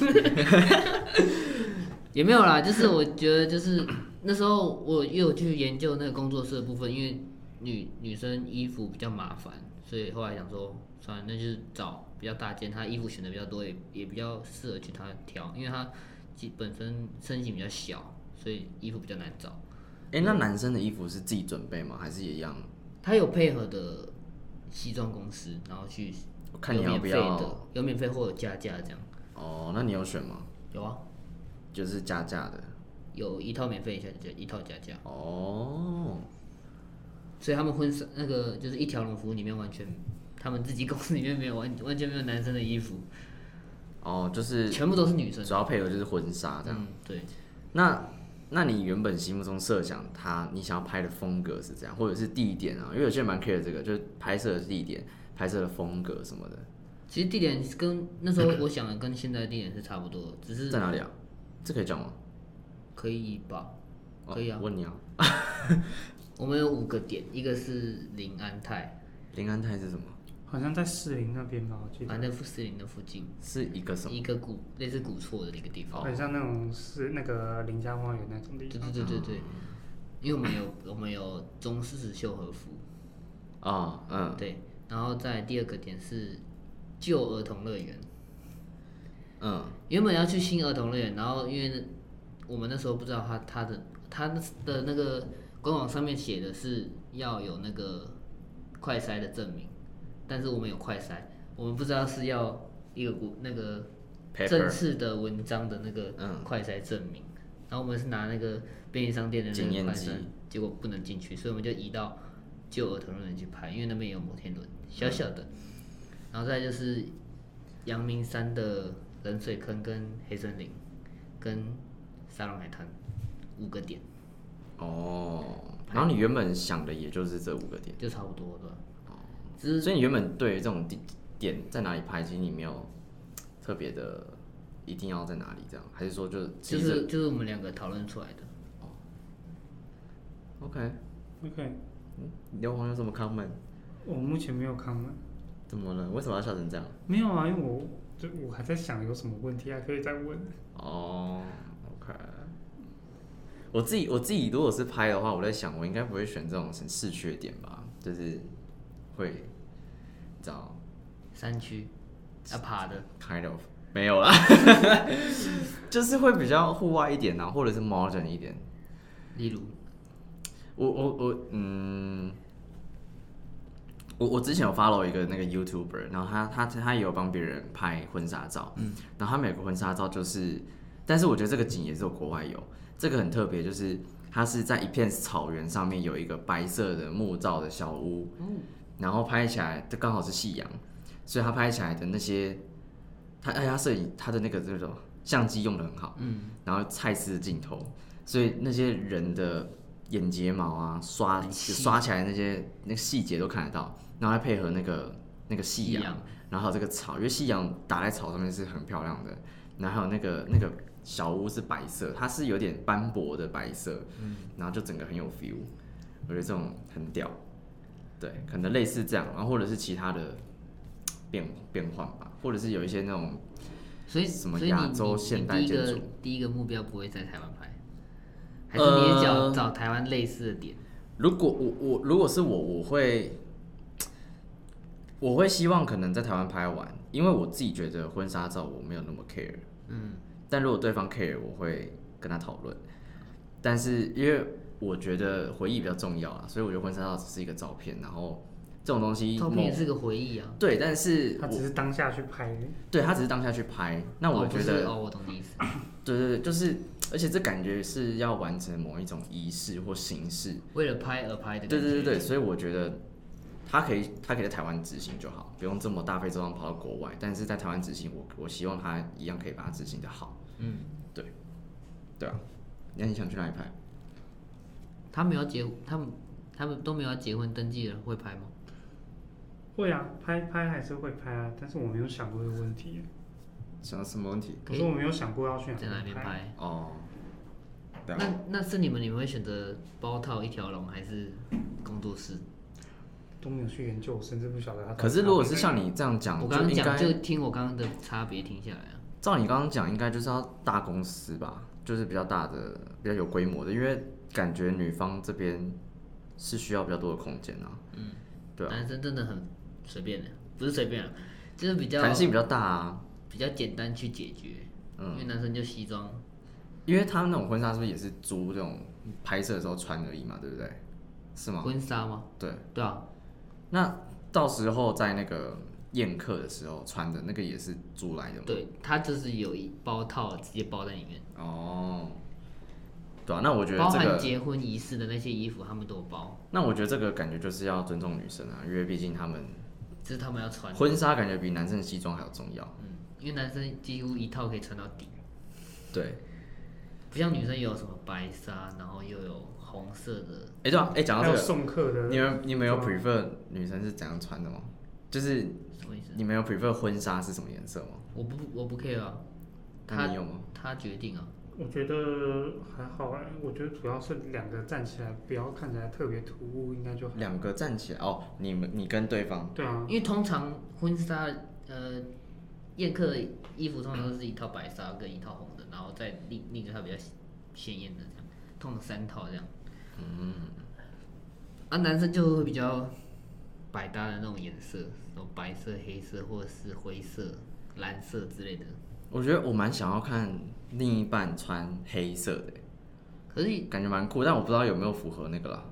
S2: 也没有啦。就是我觉得，就是 那时候我也有去研究那个工作室的部分，因为女女生衣服比较麻烦，所以后来想说，算了，那就是找比较大件，她衣服选的比较多，也也比较适合去她挑，因为她基本身身形比较小，所以衣服比较难找。
S3: 哎、那男生的衣服是自己准备吗？还是也一样？
S2: 她有配合的西装公司，然后去
S3: 我看
S2: 有
S3: 你要
S2: 免
S3: 不
S2: 费
S3: 要
S2: 的，有免费或有加价这样，
S3: 哦。那你有选吗？
S2: 有啊。
S3: 就是加价的
S2: 有一套免费，一套一套加价，
S3: 哦。
S2: 所以他们婚纱那个就是一条龙服务里面完全，他们自己公司里面没有完完全没有男生的衣服，
S3: 哦， 就是
S2: 全部都是女生。
S3: 主要配合就是婚纱这样。
S2: 嗯，对，
S3: 那那你原本心目中设想他你想要拍的风格是这样，或者是地点啊？因为有些人蛮 care 这个，就是拍摄的地点、拍摄的风格什么的，
S2: 其实地点跟那时候我想的跟现在的地点是差不多，只是
S3: 在哪里啊？这可以讲吗？
S2: 可以吧？可以啊
S3: 哦问你啊，
S2: 我们有五个点，一个是林安泰，
S3: 林安泰是什么？
S1: 好像在士林那边吧，我记得，
S2: 反正富士林的附近，
S3: 是一个什么？
S2: 一个古类似古厝的一个地
S3: 哦
S2: 方。
S1: 很像那种是那个林家花园那种地
S2: 对
S1: 方。
S2: 对对对
S3: 哦
S2: 对，因为我们有我们有中式秀和服，
S3: 哦，嗯，
S2: 对，然后再来第二个点是旧儿童乐园，
S3: 嗯，
S2: 原本要去新儿童乐园，然后因为我们那时候不知道他他的他的那个官网上面写的是要有那个快筛的证明，但是我们有快筛，我们不知道是要一个古那个
S3: Paper
S2: 正式的文章的那个
S3: 嗯
S2: 快筛证明，然后我们是拿那个便利商店的
S3: 检
S2: 那个
S3: 验
S2: 快
S3: 机
S2: 筛，结果不能进去，所以我们就移到旧儿童乐园去拍，因为那边也有摩天轮，
S3: 嗯
S2: 小小的，然后再来就是阳明山的冷水坑跟黑森林跟沙龙海滩五个点
S3: 哦，然后你原本想的也就是这五个点，
S2: 就差不多了，只是
S3: 哦所以你原本对于这种地点在哪里拍，其实你没有特别的一定要在哪里这样，还是说就
S2: 就
S3: 其实
S2: 是就是我们两个讨论出来的。
S3: OK？
S1: OK，
S3: 刘皇有什么 comment？
S1: 我目前没有看完。
S3: 怎么了？为什么要笑成这样？
S1: 没有啊，因为我就我还在想有什么问题还啊可以再问。
S3: 哦，OK。我自己我自己如果是拍的话，我在想我应该不会选这种很市区的点吧，就是会找
S2: 山区啊爬的，
S3: kind of 没有啦， 就是会比较户外一点然后或者是 modern 一点。
S2: 例如
S3: 我我我嗯，我我之前有 follow 一个那个 YouTuber，然后他他他也有帮别人拍婚纱照，嗯，然后他每个婚纱照就是，但是我觉得这个景也是有国外有，这个很特别，就是它是在一片草原上面有一个白色的木造的小屋，然后拍起来就刚好是夕阳，所以他拍起来的那些，他哎他摄影他的那个这种相机用的很好，嗯，然后蔡司的镜头，所以那些人的眼睫毛啊刷
S2: 很细
S3: 刷起来那些那个细节都看得到，然后再配合那个那个夕阳，，然后还有这个草，因为夕阳打在草上面是很漂亮的。然后还有那个那个小屋是白色，它是有点斑驳的白色，然后就整个很有 feel。我觉得这种很屌，对，可能类似这样，然后或者是其他的变变换吧，或者是有一些那种
S2: 所以
S3: 什么
S2: 所以你
S3: 亚洲
S2: 你
S3: 现
S2: 你
S3: 代
S2: 第一
S3: 建
S2: 个
S3: 筑
S2: 第一个目标不会在台湾拍，还是你也找
S3: 呃
S2: 找台湾类似的点？
S3: 如果我我如果是我，我会我会希望可能在台湾拍完，因为我自己觉得婚纱照我没有那么 care，
S2: 嗯，
S3: 但如果对方 care，我会跟他讨论。但是因为我觉得回忆比较重要啊，所以我觉得婚纱照只是一个照片，然后这种东西
S2: 照片也
S3: 某
S2: 是个回忆啊。
S3: 对，但是
S1: 他
S3: 我
S1: 只是当下去拍的，
S3: 对他只是当下去拍，那我
S2: 哦不
S3: 觉
S2: 是
S3: 得、
S2: 哦，我懂你意思。
S3: 对对对，就是而且这感觉是要完成某一种仪式或形式，
S2: 为了拍而拍的感
S3: 对
S2: 觉。
S3: 对对对，所以我觉得他可以，他可以在台湾执行就好，不用这么大费周章跑到国外。但是在台湾执行，我我希望他一样可以把它执行的好。
S2: 嗯，
S3: 对，对啊。那你想去哪里拍？
S2: 他们要结，他们他们都没有要结婚登记了，会拍吗？
S1: 会啊，拍拍还是会拍啊，但是我没有想过这个问题。
S3: 想什么问题？
S1: 可是我没有想过要去
S2: 在哪
S1: 哪
S2: 边
S1: 边拍。
S2: 拍？
S3: 哦，对啊，
S2: 那那是你们，你们会选择包套一条龙，还是工作室？
S1: 都没有去研究，我甚至不晓得他到底
S3: 可是如果是像你这样讲，
S2: 我刚刚
S3: 应
S2: 讲
S3: 该
S2: 就听我刚刚的差别听下来啊，
S3: 照你刚刚讲，应该就是要大公司吧，就是比较大的、比较有规模的，因为感觉女方这边是需要比较多的空间啊。嗯，对啊，
S2: 男生真的很随便的，不是随便啊，就是比较
S3: 弹性比较大啊。
S2: 比较简单去解决，
S3: 嗯
S2: 因为男生就西装，
S3: 因为他们那种婚纱是不是也是租这种拍摄的时候穿而已嘛，对不对？是吗？
S2: 婚纱吗？
S3: 对，
S2: 对啊，
S3: 那到时候在那个宴客的时候穿的那个也是租来的吗？
S2: 对，他就是有一包套直接包在里面，
S3: 哦，对啊，那我觉得
S2: 包
S3: 这
S2: 含
S3: 个，
S2: 结婚仪式的那些衣服，他们都有包，
S3: 那我觉得这个感觉就是要尊重女生啊，因为毕竟他们
S2: 这是他们要穿的。
S3: 婚纱感觉比男生的西装还要重要。
S2: 嗯，因为男生几乎一套可以穿到底，
S3: 对，
S2: 不像女生有什么白纱，然后又有红色的，
S3: 哎、对啊，哎、讲
S1: 还
S3: 到
S1: 有
S3: 这个，
S1: 送客的，
S3: 你们你们有
S1: 对啊
S3: prefer 女生是怎样穿的吗？就是
S2: 什么意思？
S3: 你们有 prefer 婚纱是什么颜色吗？
S2: 我不我不 care 啊，
S3: 那
S2: 他
S3: 你有吗？
S2: 他决定啊，
S1: 我觉得还好哎，我觉得主要是两个站起来不要看起来特别突兀，应该就还好。
S3: 两个站起来哦，你们你跟对方
S1: 对啊，
S2: 因为通常婚纱呃宴客的衣服通常都是一套白纱跟一套红的，然后再另另一套比较鲜艳的这样，通常三套这样。嗯。啊，男生就会比较百搭的那种颜色，什么白色、黑色或者是灰色、蓝色之类的。
S3: 我觉得我蛮想要看另一半穿黑色的，
S2: 可是
S3: 感觉蛮酷，但我不知道有没有符合那个啦，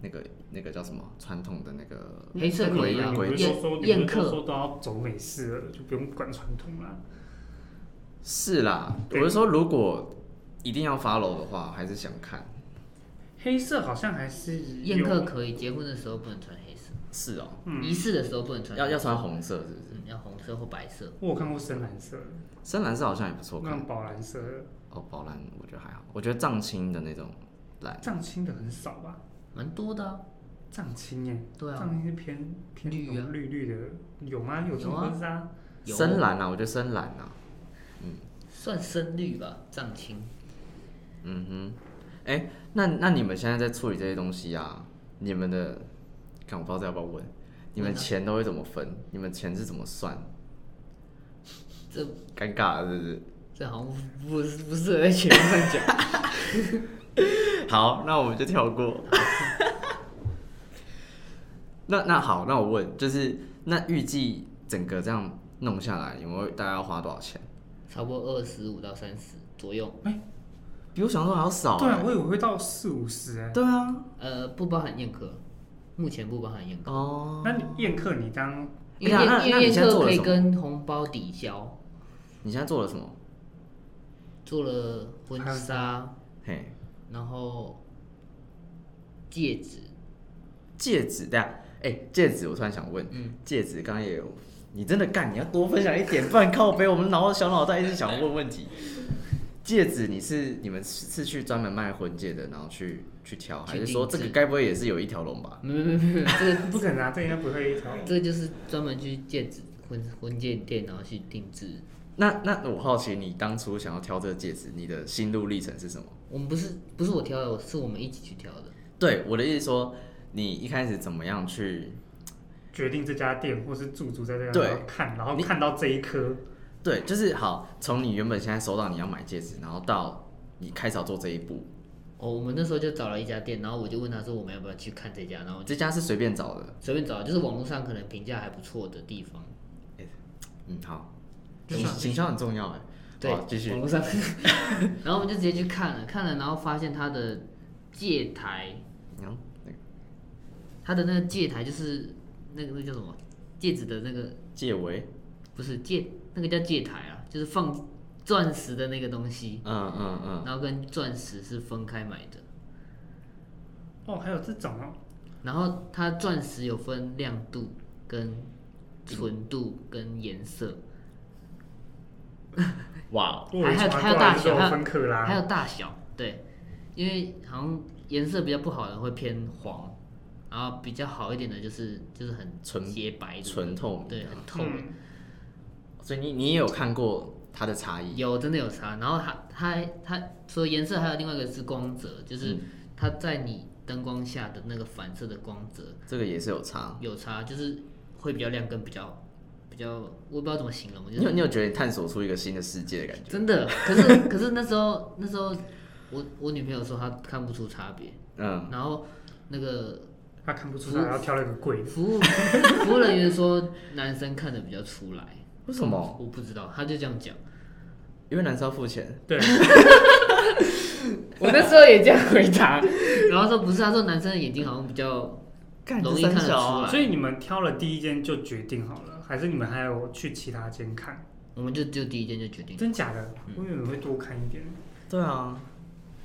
S3: 那个那个叫什么传统的那个
S2: 黑色可以啊
S1: 你不是
S3: 规矩
S1: 说说你
S2: 宴
S1: 不是
S2: 客
S1: 说说都要走美式了，就不用管传统了。
S3: 是啦。我
S1: 对
S3: 是说，如果一定要 follow 的话，还是想看。
S1: 黑色好像还是
S2: 宴
S1: 有
S2: 客可以，结婚的时候不能穿黑色，
S3: 是哦，
S2: 仪式的时候不能穿黑
S3: 要
S2: 色，
S3: 要穿红色是不是？
S2: 嗯要红色或白色。
S1: 我有看过深蓝色，
S3: 深蓝色好像也不错
S1: 那
S3: 看
S1: 种宝蓝色的，
S3: 哦，宝蓝我觉得还好，我觉得藏青的那种蓝，
S1: 藏青的很少吧？
S2: 蛮多的、啊，
S1: 藏青哎，
S2: 对啊
S1: 藏青是偏偏
S2: 绿啊
S1: 那种绿绿的，有吗？有这种
S2: 有啊
S1: 婚纱？
S2: 有
S3: 深蓝啊，我觉得深蓝啊，
S2: 算深绿吧，藏青。
S3: 嗯哼，哎、那那你们现在在处理这些东西啊？你们的，看我不知道这要不要问，你们
S2: 问啊
S3: 钱都会怎么分？你们钱是怎么算？
S2: 这
S3: 尴尬了是不是？
S2: 这好像不不不适合在 前面乱讲。
S3: 好，那我们就跳过。 那那好，那我问，就是那预计整个这样弄下来，有没有大概要花多少钱？
S2: 差不多二十五到三十左右，
S3: 比我想象中还要少、
S1: 对啊，
S3: 欸。
S1: 我以为会到四五十哎。
S3: 对啊，
S2: 呃，不包含宴客，目前不包含宴客，
S3: 哦，
S1: 那你宴客你当
S2: 因
S3: 哎
S2: 为
S3: 呀那
S2: 宴因
S3: 那
S2: 为
S3: 你
S2: 宴
S3: 现在
S2: 客
S3: 做了
S2: 可以
S3: 什么
S2: 跟红包抵消，
S3: 你现在做了什么？
S2: 做了婚
S1: 还有
S2: 纱，
S3: 嘿，
S2: 然后戒指，
S3: 戒指对啊，哎、戒指，我突然想问，
S2: 嗯，
S3: 戒指刚刚也有，你真的干，你要多分享一点，不然靠背，我们脑小脑袋一直想问问题。戒指，你是你们是是去专门卖婚戒的，然后去去挑，还是说
S2: 去定
S3: 这
S2: 制
S3: 个该不会也是有一条龙吧？
S2: 没没没没没，这 个
S1: 不可能啊，这应该不会一条。
S2: 这个就是专门去戒指婚婚戒店，然后去定制。
S3: 那那我好奇，你当初想要挑这个戒指，你的心路历程是什么？
S2: 我们不是不是我挑的，是我们一起去挑的。
S3: 对我的意思说，你一开始怎么样去？
S1: 决定这家店或是驻足在这家
S3: 对
S1: 然后看，然后
S3: 你
S1: 看到这一颗，
S3: 对，就是好，从你原本现在收到你要买戒指，然后到你开始要做这一步，
S2: 哦，我们那时候就找了一家店，然后我就问他说我们要不要去看这家，然后我就
S3: 这家是随便找的。
S2: 随便找，就是网络上可能评价还不错的地方。
S3: 嗯，好，
S1: 就
S3: 行
S1: 像
S3: 行销很重要哎。
S2: 对嗯
S3: 好，继
S2: 网
S3: 续。
S2: 络上， 然后我们就直接去看了，看了，然后发现它的戒台，
S3: 嗯，那个
S2: 它的那个戒台就是那个那个叫什么戒指的那个
S3: 戒围，
S2: 不是戒，那个叫戒台啊，就是放钻石的那个东西，
S3: 嗯嗯嗯，
S2: 然后跟钻石是分开买的，
S1: 哦，还有这种哦，
S2: 然后它钻石有分亮度跟纯度跟颜色，
S3: 哇，
S1: 我以为
S2: 还有
S1: 传
S2: 还有
S1: 过来
S2: 大
S1: 就
S2: 小
S1: 有
S2: 还有
S1: 分克拉，
S2: 还有大小，对，因为好像颜色比较不好的会偏黄，然后比较好一点的就是就是很
S3: 纯
S2: 洁白的
S3: 纯透明
S2: 对，
S3: 的
S2: 很透明。
S1: 嗯
S3: 所以你你也有看过它的差异？
S2: 有真的有差，然后它它它除了颜色，还有另外一个是光泽，
S3: 嗯
S2: 就是它在你灯光下的那个反射的光泽
S3: 这个也是有差。
S2: 有差，就是会比较亮跟比较比较，我也不知道怎么形容，就
S3: 你有
S2: 是
S3: 你有觉得你探索出一个新的世界的感觉？
S2: 真的。可是可是那时候那时候我我女朋友说她看不出差别，
S3: 嗯，
S2: 然后那个
S1: 他看不出来，然后挑了一个贵的，
S2: 服务服务人员说男生看的比较出来，
S3: 为什么？
S2: 我不知道，他就这样讲。
S3: 因为男生要付钱。
S1: 对，
S2: 我那时候也这样回答，然后说不是，他说男生的眼睛好像比较
S3: 干
S2: 容易
S3: 这
S2: 看
S3: 三
S2: 得
S3: 小
S2: 出
S3: 啊
S2: 来
S1: 所以你们挑了第一间就决定好了，还是你们还有去其他间看？
S2: 我们就就第一件就决定，
S1: 真假的？
S2: 嗯
S1: 我以为你们会多看一点，
S3: 对啊。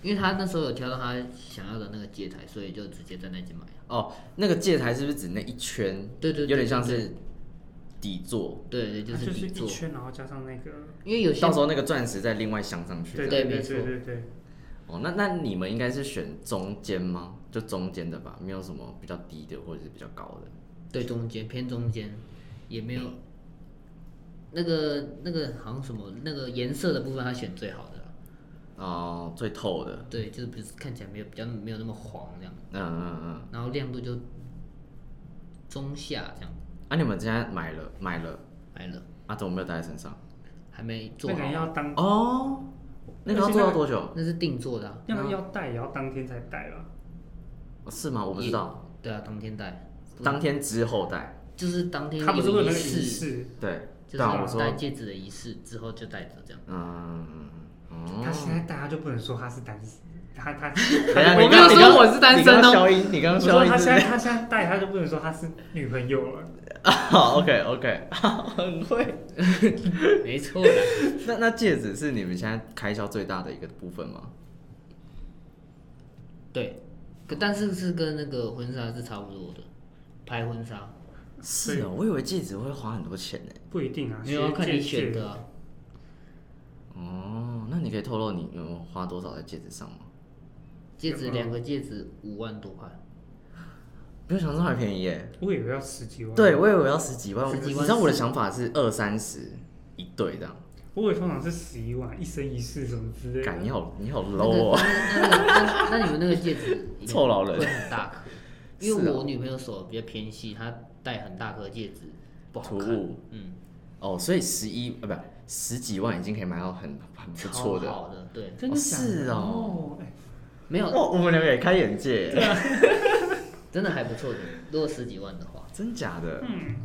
S2: 因为他那时候有挑到他想要的那个戒台，所以就直接在那间买了。
S3: 哦，那个戒台是不是指那一圈？
S2: 对对对
S3: 有点像是底座，
S2: 对对，就
S1: 它
S2: 是
S1: 就是
S2: 底
S1: 一
S2: 座，
S1: 圈，然后加上那个，
S2: 因为有些
S3: 到时候那个钻石再另外镶上去。
S1: 对
S2: 对
S1: 对
S2: 没错
S1: 对对对，
S3: 哦，那那你们应该是选中间吗？就中间的吧，没有什么比较低的或者是比较高的。
S2: 对中间偏中间也没有那个那个好像什么那个颜色的部分，他选最好的啦。
S3: 哦，最透的，
S2: 对，就是不是看起来没有比较没有那么黄这样，
S3: 嗯嗯嗯。
S2: 然后亮度就中下这样
S3: 啊，你们现在买了买了，
S2: 来了，
S3: 啊，怎么没有带在身上？
S2: 还没做
S1: 那
S2: 好
S1: 个要
S2: 啊，
S1: 当，
S3: 哦，那个要做到多久？
S2: 那是定做的、啊，
S1: 那个要戴也要当天才戴吧？
S3: 哦是吗？我不知道，
S2: 对啊，当天戴，不
S3: 当天之后戴，
S2: 就是当天
S1: 他不是会有那
S2: 有仪
S1: 个仪
S2: 式，
S1: 式，
S3: 对，
S2: 就是
S3: 但我说，
S2: 戴戒指的仪式之后就戴着 这样。
S3: 嗯，哦
S1: 他现在戴他就不能说他是单身，他他
S3: 等一下
S2: 我
S3: 你
S2: 没有
S3: 刚
S2: 说
S3: 你刚
S2: 我是单身哦
S3: 你刚消音，你刚
S1: 我
S3: 刚消
S1: 说
S3: 音
S1: 他
S3: 是
S1: 现在他现在戴他就不能说他是女朋友了。
S3: 好，OK OK，很会。
S2: 没错啦，
S3: 那那戒指是你们现在开销最大的一个部分吗？
S2: 对，可但是是跟那个婚纱是差不多的，拍婚纱
S1: 啊
S3: 是哦，我以为戒指会花很多钱呢。
S1: 不一定啊，
S2: 没有要
S1: 学
S2: 看你
S1: 戒
S2: 选
S1: 指
S2: 的、啊，
S3: 哦，那你可以透露你有没有花多少在戒指上吗？
S2: 戒指两个戒指五万多块，
S3: 没有想到还便宜耶。
S1: 我以为要十几万。
S3: 对，，我以为要十几万，
S2: 十几万
S3: 你知道我的想法是二三十一对这样。
S1: 我以为通常是十一万，一生一世什么之类
S3: 感
S1: 的。
S3: 你好，你好
S2: 啊那个
S3: low 哦。
S2: 那个那那你们那个戒指
S3: 臭老人
S2: 会很大颗，
S3: 是
S2: 因
S3: 哦
S2: 为我女朋友手比较偏细，她戴很大颗戒指不好
S3: 突
S2: 看，
S3: 兀
S2: 嗯，
S3: 哦，所以十一呃不十几万已经可以买到很很不
S2: 超
S3: 错的。
S2: 好的，对，
S1: 真的假的
S3: 是哦
S1: 哦，哎
S2: 没有
S3: 哦，我们两个也开眼界
S2: 啊
S3: 耶，
S2: 真的还不错的，如果十几万的话，
S3: 真假的？
S1: 嗯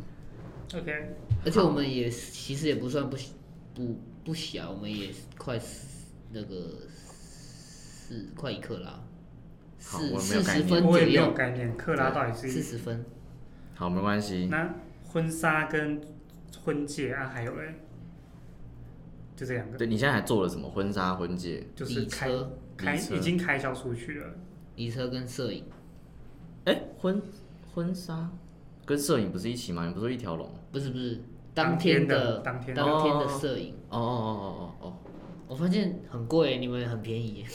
S1: ，OK，
S2: 而且我们也其实也不算不不不小，我们也快四那个四快一克拉，
S3: 好
S2: 四
S3: 我没有
S2: 四
S3: 概
S2: 十
S3: 念
S2: 分
S1: 我也
S2: 左
S1: 没有
S2: 右，
S1: 概念，克拉到底
S2: 四
S1: 是
S2: 十分。
S3: 好，没关系。
S1: 那婚纱跟婚戒啊，还有嘞，就这两个，
S3: 对你现在还做了什么婚纱婚戒？
S1: 就是
S2: 礼
S1: 开
S2: 车
S1: 开
S3: 礼车
S1: 已经开销出去了。
S2: 移车跟摄影，
S3: 哎、婚婚纱跟摄影不是一起吗？你不是说一条龙？
S2: 不是不是，
S1: 当
S2: 天
S1: 天的
S2: 当
S1: 当天
S3: 的
S2: 天的摄影，
S3: 哦哦哦哦
S2: 我发现很贵，你们很便宜，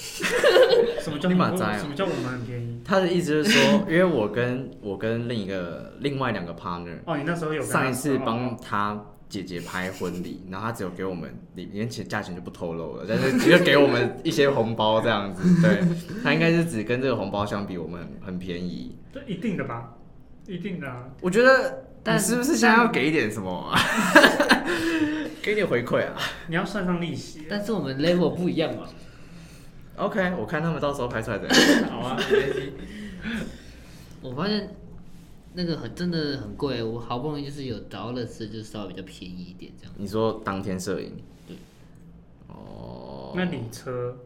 S1: 什么叫
S3: 你马
S1: 我
S3: 仔啊
S1: 什么叫我们很便
S3: 哦
S1: 宜？，
S3: 他的意思就是说，因为我跟我跟另一个另外两个 partner
S1: 哦，你那时候有跟他哦
S3: 上一次
S1: 说
S3: 帮他姐姐拍婚礼，然后他只有给我们里面钱价钱就不透露了，但是只是给我们一些红包这样子。 对，他应该是只跟这个红包相比，我们很很便宜。
S1: 这一定的吧，一定的啊。
S3: 我觉得你
S2: 但
S3: 是不是想要给一点什么、 啊？给一点回馈啊？
S1: 你要算上利息，啊
S2: 但是我们 level 不一样嘛。
S3: OK，我看他们到时候拍出来 怎样。
S2: 好啊，没关系。我发现那个很真的很贵，我好不容易就是有找到的是就是稍微比较便宜一点这样。
S3: 你说当天摄影？
S2: 对。
S3: 哦。
S1: 嗯那礼车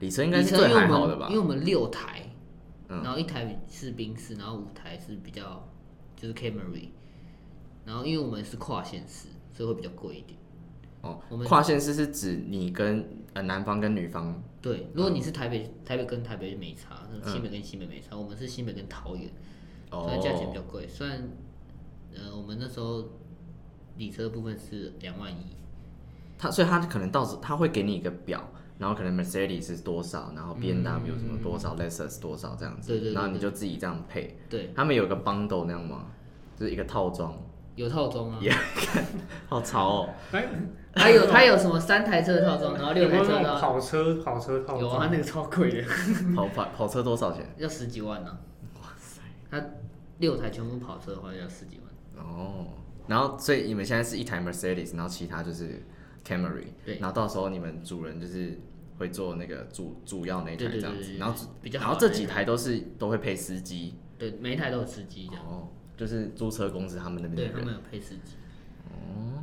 S3: 里程应该是
S2: 以前
S3: 最
S2: 因为
S3: 还
S2: 我
S3: 好
S2: 们
S3: 的吧
S2: 因为？我们六台，
S3: 嗯
S2: 然后一台是宾士，然后五台是比较就是 Camry，然后因为我们是跨县市，所以会比较贵一点。
S3: 哦
S2: 我，们
S3: 跨县市是指你跟呃男方跟女方
S2: 对，如果你是台北，
S3: 嗯
S2: 台北跟台北就没差，那新北跟新北没差，我们是新北跟桃园，
S3: 哦
S2: 所以价钱比较贵。虽然，呃，我们那时候礼车的部分是两万一，
S3: 他，所以他可能到时他会给你一个表，然后可能 Mercedes 是多少，然后 B N W 什么多少、l e x u s 多少这样子，
S2: 嗯对对对
S3: 然后你就自己这样配。
S2: 对，
S3: 他们有个 bundle 那样吗？就是一个套装，
S2: 有套装啊，
S3: 好潮哦！
S1: 来，
S2: 还有它有什么三台车的套装，然后六
S1: 哎有没
S2: 台
S1: 有
S2: 车
S1: 那
S2: 的
S1: 种跑
S2: 套装，
S1: 车跑车套
S2: 有啊，
S1: 装？
S2: 那个超贵 的，
S3: 跑跑跑车多少钱？
S2: 要十几万呢、啊。它六台全部跑车的话要十几万，
S3: 哦，然后所以你们现在是一台 Mercedes，然后其他就是 Camry，
S2: 对
S3: 然后到时候你们主人就是会做那个主主要那一
S2: 对
S3: 台
S2: 对
S3: 这样
S2: 对
S3: 子，
S2: 对
S3: 然后
S2: 比较
S3: 然
S2: 好
S3: 后这
S2: 的那
S3: 几
S2: 一
S3: 台都是都会配司机，
S2: 对，每一台都有司机这样，
S3: 哦，就是租车公司他们那
S2: 对
S3: 边
S2: 他
S3: 的人，
S2: 们有配司机。
S3: 哦，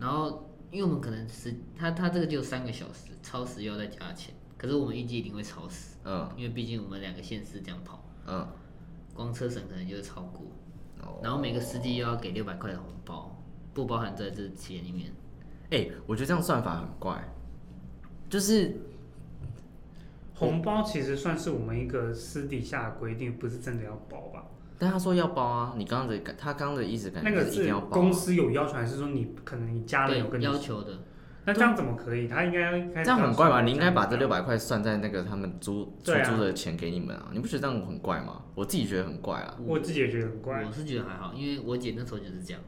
S2: 然后因为我们可能是他他这个就三个小时，超时要再加钱，可是我们预计一定会超时，
S3: 嗯
S2: 因为毕竟我们两个县市这样跑，
S3: 嗯，
S2: 光车程可能就是超过，
S3: 哦
S2: 然后每个司机又要给六百块的红包，不包含在这钱里面。
S3: 哎、我觉得这样算法很怪，就是
S1: 红包其实算是我们一个私底下的规定，不是真的要包吧？
S3: 但他说要包啊，你刚刚的感他刚刚的意思感
S1: 那
S3: 觉
S1: 个
S3: 是一定
S1: 是
S3: 要包啊、
S1: 公司有要求，还是说你可能你家人有跟
S2: 对，
S1: 你
S2: 要？求的，
S1: 那这样怎么可以？他应该要开始
S3: 这样很怪吧？
S1: 算
S3: 你应该把
S2: 啊
S3: 这六
S1: 样
S3: 百块算在那个他们租出
S1: 对啊
S3: 租的钱给你们啊，你不觉得这样很怪吗？我自己觉得很怪啊，
S1: 我自己也觉得很怪
S2: 我。是觉得还好，因为我姐那时候就是这样，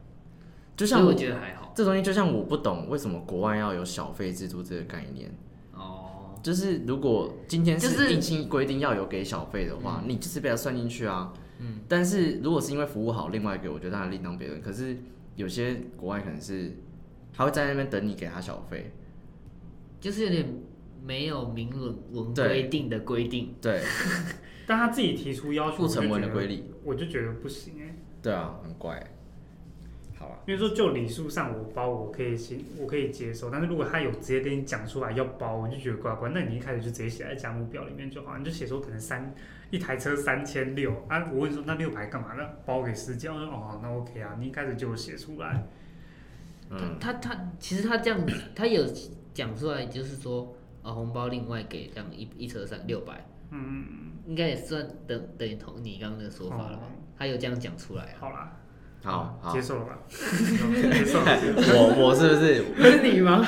S3: 就
S2: 所以
S3: 像
S2: 我觉得还好。
S3: 这东西，就像我不懂为什么国外要有小费制度这个概念，
S2: 哦，
S3: 就是如果今天
S2: 就是是
S3: 硬性规定要有给小费的话，你就是被他算进去啊。嗯，但是如果是因为服务好，另外一个我觉得当然另当别论。可是有些国外可能是他会在那边等你给他小费，
S2: 就是有点没有明文文
S3: 对
S2: 规定的规定。
S3: 对，
S1: 但他自己提出要求，
S3: 不成文
S1: 我就觉
S3: 的
S1: 得
S3: 规律，
S1: 我就觉得不行哎、
S3: 对啊，很怪。好了，
S1: 因为说就礼数上我包我可以行，我可以接受，但是如果他有直接跟你讲出来要包，我就觉得怪怪。那你一开始就直接写在价目表里面就好，你就写说可能三一台车三千六啊，我问说那六排干嘛？那包给司机，我说哦那 OK 啊，你一开始就有写出来，
S3: 嗯，
S2: 他他其实他这样子，他有讲出来，就是说啊，红包另外给这样一一车三六百，
S1: 嗯，
S2: 应该也算等等于同你刚刚那个说法了吧？
S1: 哦
S2: 他有这样讲出来啊，
S1: 好啦，
S3: 好好
S1: 接，受了吧，接受了，接受了
S3: 我我是不是？
S2: 不是你吗？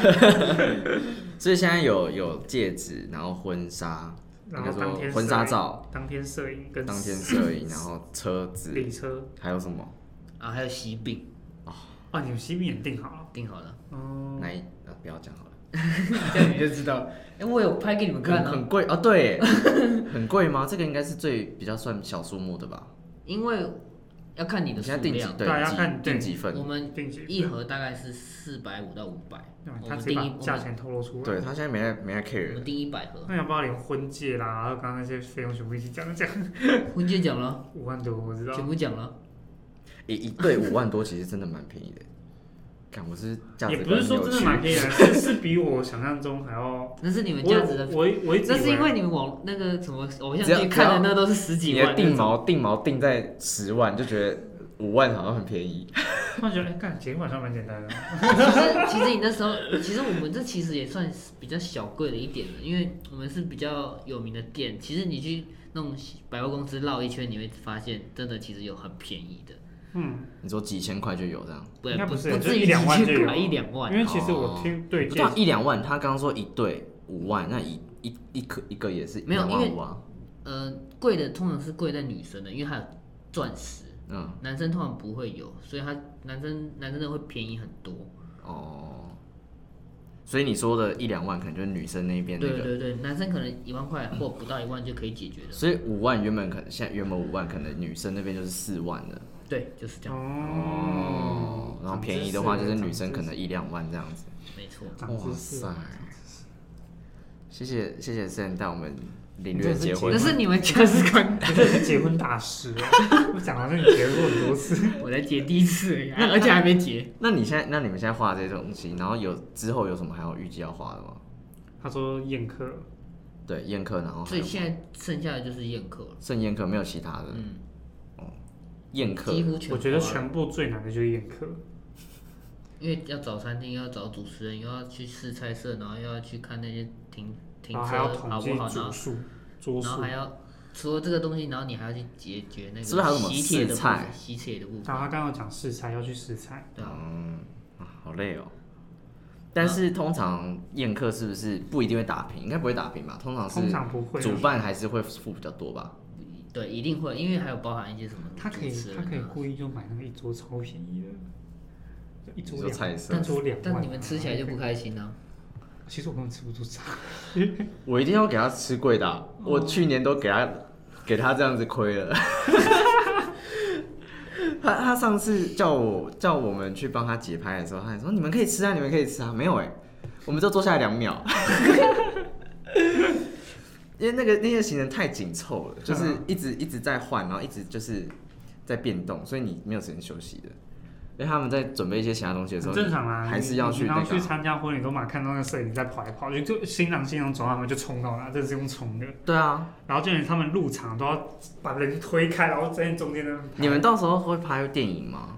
S3: 所以现在有有戒指，然后婚纱，
S1: 然后
S3: 应该说
S1: 当天
S3: 婚纱
S1: 摄影
S3: 照，
S1: 当天摄影跟
S3: 当天 摄影，然后车子，
S1: 礼车，
S3: 还有什么？
S2: 啊，还有喜饼
S1: 哦，你们西米也定好了，
S2: 订好了，
S1: 哦，
S3: 哪一？呃，不要讲好了。
S2: 这样你就知道。哎、我有拍给你们看
S3: 很
S2: 啊，
S3: 很贵啊，对耶，很贵吗？这个应该是最比较算小数目的吧？
S2: 因为要看你的
S3: 你
S2: 数
S3: 现在定几
S2: 量，
S3: 对
S1: 对要
S3: 几
S1: 看
S3: 定
S1: 对
S3: 几份
S2: 我？们
S1: 定几
S2: 一盒大概是四百五到五百，
S1: 嗯
S2: 我
S1: 他
S2: 们
S1: 直接
S2: 定
S1: 把
S2: 一我
S1: 价
S2: 们
S1: 钱透露出来。
S3: 对他现在没在没在
S2: 我们
S3: care，
S2: 定一百盒，
S1: 那要不要连婚戒啦，还有刚刚那些费用全部一起讲讲？
S2: 婚戒讲了，
S1: 五万多，我知道
S2: 全。部讲了，
S3: 一一对五万多，其实真的蛮便宜的。看我是价值
S1: 也不
S3: 观
S1: 是说真的蛮
S3: 扭
S1: 便宜
S3: 曲
S1: 的，是是比我想象中还要。
S2: 那是你们
S1: 我
S2: 价值的
S1: 我我一直
S2: 那是
S1: 以
S2: 因为你们网那个什么偶像
S3: 只要
S2: 剧看的那都是十
S3: 你
S2: 几
S3: 的
S2: 万
S3: 定
S2: 那种，
S3: 毛定毛定在十万，就觉得五万好像很便宜。
S1: 突然觉得，哎，干结婚好像蛮简单的。
S2: 其实其实你那时候，其实我们这其实也算是比较小贵的一点了，因为我们是比较有名的店。其实你去那种百货公司绕一圈，你会发现真的其实有很便宜的，
S1: 嗯，
S3: 你说几千块就有这样？
S2: 不
S1: 应该
S2: 不
S1: 不是就
S2: 至于
S1: 一两万
S2: 几
S1: 就
S2: 千
S1: 有
S2: 块一两万
S1: 因。为其实我听对
S3: 不
S1: 戒
S3: 啊到一两万，他刚刚说一对五万，那一一一颗一个也是
S2: 没有
S3: 1
S2: 因为
S3: 万五啊。
S2: 呃，贵的通常是贵在女生的，因为它有钻石，
S3: 嗯，
S2: 男生通常不会有，所以它男生男生的会便宜很多。
S3: 哦，所以你说的一两万，可能就是女生那边那
S2: 对
S3: 个。
S2: 对对，男生可能一万块或不到一万就可以解决的。
S3: 所以五万原本可能现在原本五万，可能女生那边就是四万的
S2: 对，就是这样，
S1: 哦，
S3: 然后便宜的话就是女生可能一两万这样子。
S2: 没错。
S1: 长知识
S3: 哇
S1: 长
S3: 塞
S1: 知识，
S3: 谢谢谢谢 Sam 带我们领
S1: 这
S3: 略
S1: 是
S3: 结
S1: 结
S3: 婚
S2: 那，是你们价值观，
S1: 你这是结婚大师 哦，我讲好像你结过很多次。
S2: 我才结第一次而已，啊而且还没结。
S3: 那你现在那你们现在画这些东西，然后有之后有什么还有预计要画的吗？
S1: 他说宴客，
S3: 对，宴客，然后哦还
S2: 所以
S3: 有
S2: 现在剩下的就是宴客了，
S3: 剩宴客没有其他的
S2: 嗯，
S3: 宴客
S2: 几，乎全花了。
S1: 我觉得全部最难的就是宴客。
S2: 因为要找餐厅，要找主持人，又要去试菜色，然后又要去看那些停停
S1: 然后
S2: 车
S1: 还要
S2: 好
S1: 统
S2: 不
S3: 啊
S1: 计
S2: 好，然
S1: 组
S2: 后
S1: 数、桌
S2: 然后
S1: 数，
S2: 还要除了这个东西，然后你还要去解决那个
S3: 是不是还有什么
S2: 喜帖的
S3: 试
S2: 部
S3: 菜
S2: 分，喜帖的部
S1: 然
S2: 分，
S1: 后他刚刚讲试菜，要去试菜，
S2: 对啊，
S3: 嗯，啊好累哦。但是通常宴客是不是不一定会打平？应该不会打平吧？通啊常是
S1: 通常不会。啊
S3: 主办还是会付比较多吧？
S2: 对，一定会，因为还有包含一些什么
S1: 他可以
S2: 主持，人
S1: 他可以
S2: 啊
S1: 故意就买那个一桌超便宜的，就一桌
S3: 你说
S1: 两，
S3: 菜色
S1: 一桌两万。
S2: 但你们吃起来就不。开心啊。
S1: 其实我根本吃不出啥，
S3: 我一定要给他吃贵的啊、
S1: 哦
S3: 我去年都给他给他这样子亏了。 他他上次叫我叫我们去帮他节拍的时候，他还说你们可以吃啊，你们可以吃啊，没有哎、我们就坐下来两秒， 因为那个那些行程太紧凑
S1: 嗯
S3: 了，就是一直一直在换，然后一直就是在变动，所以你没有时间休息的。因为他们在准备一些其他东西的时候，
S1: 很正常啊。
S3: 还是要去
S1: 你你
S3: 那
S1: 然
S3: 个
S1: 后
S3: 啊
S1: 去参加婚礼，都嘛看到那摄影在跑来跑去，就新郎新娘走到他们就冲到那，这是用冲的。
S3: 对啊，
S1: 然后就连他们入场都要把人推开，然后站在中间的。
S3: 你们到时候会拍电影吗？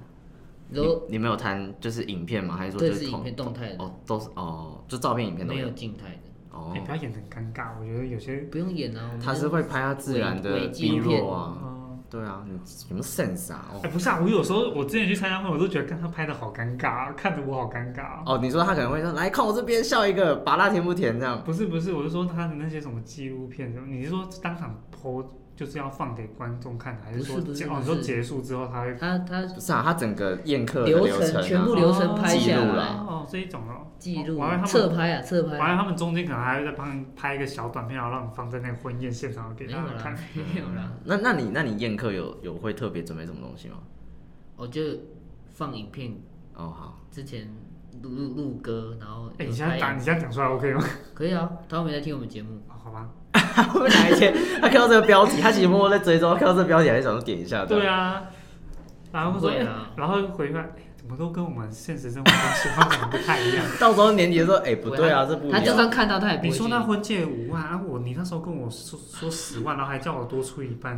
S2: 然后
S3: 你你们有谈就是影片吗？还是说
S2: 这
S3: 就是
S2: 影
S3: 同
S2: 片动态的，
S3: 哦，都是哦，就照片、影片都
S2: 没有
S3: 有
S2: 静态的，
S3: 哦
S1: 哎，。不要演得很尴尬，我觉得有些。
S2: 不用演啊。我们
S3: 他是会拍他自然
S2: 微
S3: 的
S2: 微纪
S3: 碧
S2: 录片
S3: 落啊，
S1: 哦
S3: 对啊，你有没有 sense 啊？
S1: 哎，
S3: 哦，
S1: 不是啊，我有时候我之前去参加婚礼，我都觉得跟他拍的好尴尬，看着我好尴尬哦。
S3: 哦你说他可能会说来看我这边笑一个，拔辣甜不甜这样？
S1: 不是不是，我是说他的那些什么纪录片什么，你是说当场剖就是要放给观众看的，还
S2: 不是
S1: 说
S2: 不是
S1: 结
S2: 不
S1: 哦？你说
S2: 是
S1: 结束之后他会
S2: 他他
S3: 不是啊，他整个宴客的
S2: 流
S3: 流
S2: 程
S3: 程啊
S2: 全部流程拍下
S3: 记录
S2: 来
S3: 啦，
S1: 哦这一种哦，
S2: 记
S1: 我
S2: 录
S1: 我还以为他
S2: 侧
S1: 们，
S2: 拍啊，侧
S1: 我
S2: 拍
S1: 还以为他们中间可能还会再帮你拍一个小短片，然后让你放在那个婚宴现场给
S2: 没
S1: 大
S2: 有
S1: 家看哎
S2: 啦。， 没有啦，
S3: 那那你那你宴客有有会特别准备什么东西吗？
S2: 我就放影片
S3: 哦好，
S2: 之前录录录歌，然后
S1: 哎、
S2: 有
S1: 你现在
S2: 拍啊
S1: 打，
S2: 影
S1: 你现在讲出来 OK 吗？
S2: 可以啊，他们没在听我们节目，
S1: 哦好吧。
S3: 会不会哪一天他看到这个标题，他其实默默在追踪，看到这个标题还是想说点一下的。
S1: 对啊，然后说，
S2: 不会啊
S1: 哎
S2: 啦
S1: 然后回来、哎怎么都跟我们现实生活中情况长得不太一 样。
S3: 到时候年底的时候，哎、不对啊，这不一
S2: 啊他就
S3: 样。
S2: 算看到他也不
S1: 你
S2: 会
S1: 说
S2: 去
S1: 那婚戒五万啊，我你那时候跟我说说十万，然后还叫我多出一 半。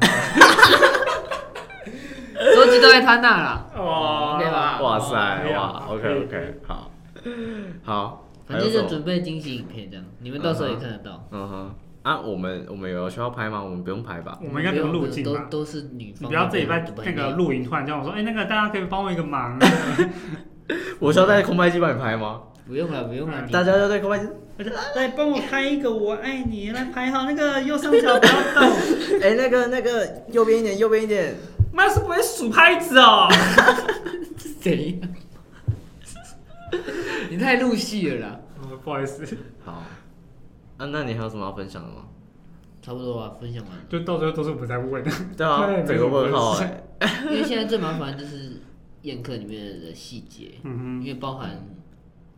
S2: 手机都在他那啦。
S1: 哦
S2: 对吧
S3: 哇塞
S1: 可以，啊
S3: 哇，OK OK，好，好，
S2: 反
S3: 还
S2: 正
S3: 有什
S2: 就
S3: 么
S2: 准备惊喜影片这样，你们到时候也看得到。
S3: 嗯哼，啊，我们我们有需要拍吗？我们不用拍 吧？
S1: 我们应该不用
S2: 用
S1: 入
S2: 不用
S1: 境
S2: 都
S1: 吧？
S2: 都是女
S1: 你
S2: 方。
S1: 不要这礼拜那个露营突然叫我说，哎、那个大家可以帮我一个忙啊。
S3: 我需要在空拍机帮你拍吗？
S2: 不用了，不用
S1: 嗯
S2: 了，
S3: 大家要在空拍机，
S1: 来帮我拍一个 我爱你，来排好那个右上角不要动。
S3: 哎、那个那个右边一点，右边一点，
S1: 妈是不会数拍子哦。
S2: 是谁？ 你太入戏了啦，
S1: 哦不好意思，
S3: 好。啊，那你还有什么要分享的吗？
S2: 差不多吧，分享完了。
S1: 就到最后都是我在问。
S3: 对啊
S1: 对，
S3: 整个问号
S1: 没什
S3: 哎、
S1: 么
S2: 因为现在最麻烦就是宴客里面的细节，
S1: 嗯
S2: 因
S1: 哼，
S2: 为包含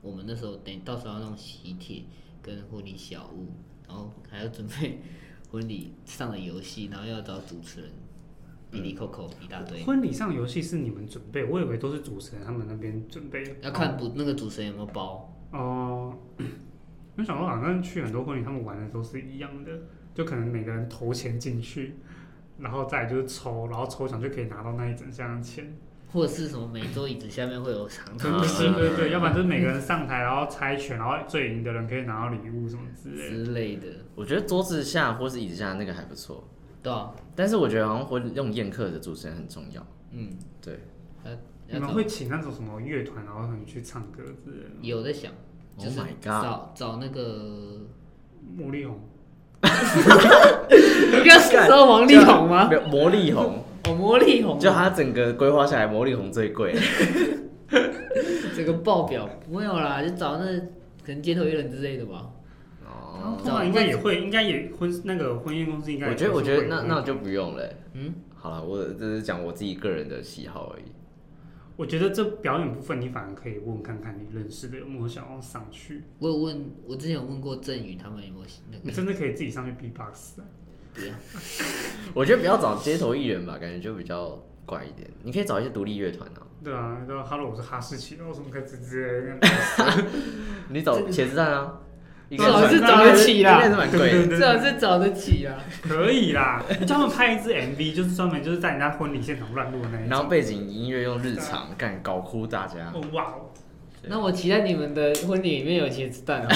S2: 我们那时候等到时候要弄喜帖跟婚礼小物，然后还要准备婚礼上的游戏，然后要找主持人，比里扣扣一大堆。
S1: 婚礼上游戏是你们准备，我以为都是主持人他们那边准备哦的。
S2: 要看不那个主持人有没有包，
S1: 哦，我想说好像去很多婚礼，他们玩的都是一样的，就可能每个人投钱进去，然后再来就是抽，然后抽奖就可以拿到那一整箱的钱。
S2: 或者是什么每桌椅子下面会有长
S1: 对
S2: 长
S3: 啊
S2: 的
S1: 对对对，要不然就是每 个人上台，然后猜拳，然后最赢的人可以拿到礼物什么之类的。
S2: 之类的，
S3: 我觉得桌子下或是椅子下那个还不错，
S2: 对啊，
S3: 但是我觉得好像婚用宴客的主持人很重要。
S2: 嗯，
S3: 对，
S1: 你
S2: 要
S1: 们
S2: 找
S1: 会请那种什么乐团，然后可能去唱歌之类的吗？
S2: 有在想，
S3: Oh
S2: 就是
S3: my god
S2: 找找那个，
S1: 茉莉红，
S2: 你不要说王力宏吗？
S3: 没有魔力红，
S2: 哦，魔力宏，
S3: 就他整个规划下来，魔力红最贵。
S2: 这个爆表没有啦，就找那可能街头艺人之类的吧。
S1: 然后
S3: 哦，
S1: 通常应该也会，应该也婚那个婚宴公司应该也
S3: 我觉得
S1: 会
S3: 我觉得
S1: 有
S3: 那
S1: 会
S3: 那我就不用了欸、
S2: 嗯，
S3: 好了，我只是讲我自己个人的喜好而已。
S1: 我觉得这表演部分你反而可以问看看你认识的有没有想要上去，
S2: 我有问，我之前有问过郑宇他们有没有 那
S1: 你
S2: 个，
S1: 真的可以自己上去 B box 啊。
S3: 我觉得不要找街头艺人吧，感觉就比较怪一点。你可以找一些独立乐团啊，
S1: 对啊，然后 Hello，我是哈士奇，然后什么开始直接，
S2: 嗯
S3: 你找茄子蛋啊，一
S1: 至少是
S2: 找得起啦
S3: 应该是蛮贵
S1: 对
S3: 的。
S2: 至少是找得起啊。
S1: 可以啦，你叫他们拍一支 MV，就是专门就是在人家婚礼现场乱录的那一
S3: 然后
S1: 种。
S3: 背景音乐啊用日常，干搞哭大 家。
S1: 哦哇哦，
S3: 对
S2: 那我期待你们的婚礼里面有茄子蛋啊。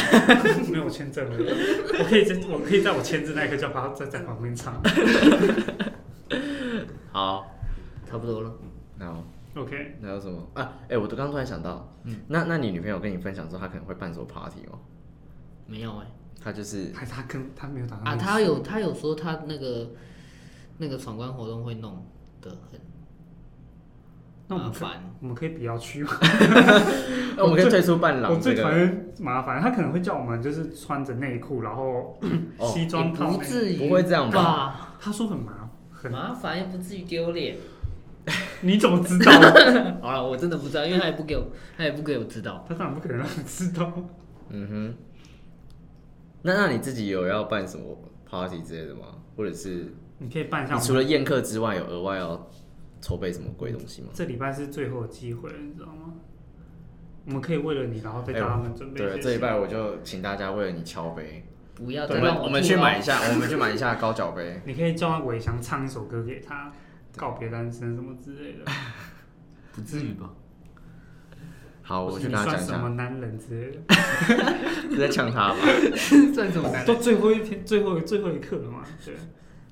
S1: 没有签证了，我可以在我可以在我签字那一刻叫他在在旁边唱。
S3: 好，
S2: 差不多了，
S3: 那我
S1: OK，
S3: 那有什么啊？哎、我刚刚突然想到，嗯，那那你女朋友跟你分享说她可能会办什么 party 吗？
S2: 没有哎、
S3: 她 就是
S1: 还是他跟他没有打算
S2: 啊，他有他有说他那个那个闯关活动会弄得
S1: 那我
S2: 很麻
S1: 们可
S2: 烦，
S1: 我们可以不要去吗？
S3: 那哎我们可以退出伴
S1: 我
S3: 郎这
S1: 最讨
S3: 个，
S1: 厌麻烦，他可能会叫我们就是穿着内裤，然后
S3: 哦
S1: 西
S2: 也
S1: 装套
S2: 不
S1: 内
S2: 至于
S3: 不会这样
S2: 吧？
S1: 他说很麻很，
S2: 麻烦又不至于丢脸。
S1: 你怎么知道？
S2: 好了，我真的不知道，因为他也不给我，他也不给我知道。
S1: 他当然不可能让你知道。
S3: 嗯哼。那那你自己有要办什么 party 之类的吗？或者是
S1: 你可以办一下
S3: 你
S1: 我
S3: 除
S1: 们。
S3: 了宴客之外，有额外要筹备什么鬼东西吗？
S1: 这礼拜是最后的机会了，你知道吗？我们可以为了你，然后再叫他们准备一些、
S3: 哎对，这一拜我就请大家为了你敲杯，
S2: 不要
S3: 我
S2: 再让
S3: 们
S2: 我
S3: 我们
S2: 吐
S3: 去
S2: 了
S3: 买一下，我们去买一下高脚杯。
S1: 你可以叫伟翔唱一首歌给他，告别单身什么之类的。
S2: 不至于吧？
S3: 好，我
S1: 或
S3: 去
S1: 是
S3: 跟
S1: 你
S3: 他
S1: 算
S3: 讲一
S1: 什 么
S3: 下，
S1: 男人之类的。
S3: 直接呛他吧。
S2: 算什么男
S1: 都
S2: 人？
S1: 最后一天，最后最后一刻了嘛？对，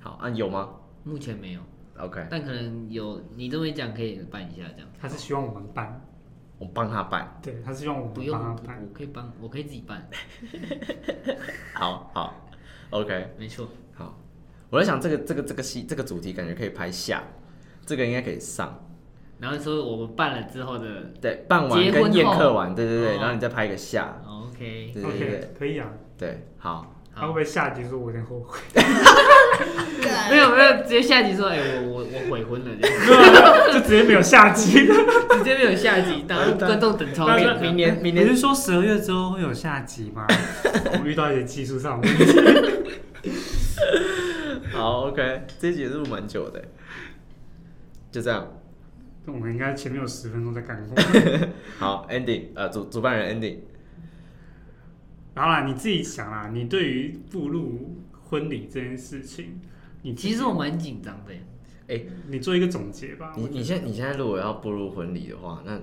S3: 好啊，有吗
S2: 目前没有，
S3: ？OK，
S2: 但可能有。你这么一讲，可以办一下这样。
S1: 他是希望我们办，
S3: 我帮他办。
S1: 对，他是希望我
S2: 不
S1: 们
S2: 用，
S1: 帮他办。
S2: 我可以帮，我可以自己办，
S3: 好好，OK，
S2: 没错。
S3: 好，我在想这个这个这个戏这个主题感觉可以拍下，这个应该可以上。
S2: 然后说我们办了之后的
S3: 对，傍晚
S2: 结婚
S3: 跟宴客
S2: 后
S3: 完，对对对，
S2: 哦
S3: 然后你再拍一个下，
S2: ，OK，
S3: 对对对
S1: OK，可以啊。
S3: 对，好，
S1: 他会不
S2: 好，
S1: 会下集说我有点后悔？
S2: 没有没有，直接下集说，哎、我我我悔婚了，这样
S1: 就直接没有下集。
S2: 直接没有下集，当观众等超
S1: 那
S2: 久
S1: 那
S2: 这
S3: 明
S2: 样。
S3: 年明
S1: 你
S3: 年
S1: 是说十二月之后会有下集吗？ 我遇到一些技术上的问题。
S3: 好 OK，这一集也录蛮久的，欸就这样，
S1: 我们应该前面有十分钟在干过。
S3: 好 ending，呃，主主办人 ending，
S1: 然后啦，你自己想啦，你对于步入婚礼这件事情，你自己
S2: 其实我蛮紧张的耶，
S1: 你做一个总结吧。
S3: 哎你
S1: 啊我觉得
S3: 你现在你现在如果要步入婚礼的话，那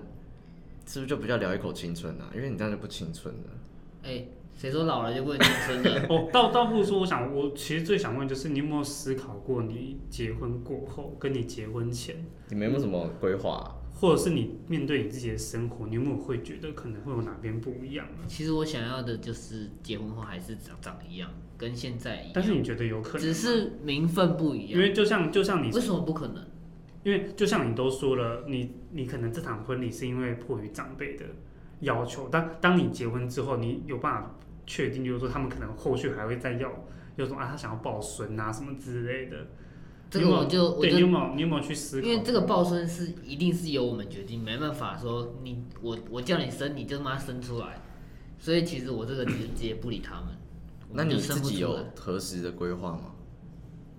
S3: 是不是就不叫聊一口青春啊？因为你这样就不青春了。
S2: 哎、谁说老了就不能啊结婚了？
S1: 哦，倒倒不如说，我想，我其实最想问就是，你有没有思考过，你结婚过后，跟你结婚前，
S3: 你们有没有什么规划啊、
S1: 或者是你面对你自己的生活，你有没有会觉得可能会有哪边不一样啊？
S2: 其实我想要的就是结婚后还是长长一样，跟现在一样，
S1: 但是你觉得有可能吗？
S2: 只是名分不一
S1: 因
S2: 样。
S1: 为就像就像你
S2: 为什么不可能？
S1: 因为就像你都说了，你你可能这场婚礼是因为迫于长辈的要求，但当你结婚之后，你有办法确定，就是说他们可能后续还会再要，有种啊，他想要抱孙啊什么之类的。
S2: 这个我就我
S1: 对
S2: 就
S1: 你有没有你有没有去思考？
S2: 因为这个抱孙是一定是由我们决定，没办法说你我我叫你生，你就妈生出来。所以其实我这个直接不理他们，我
S3: 那
S2: 们就
S3: 你
S2: 生
S3: 自
S2: 不
S3: 己
S2: 出
S3: 有
S2: 来。
S3: 何时的规划吗？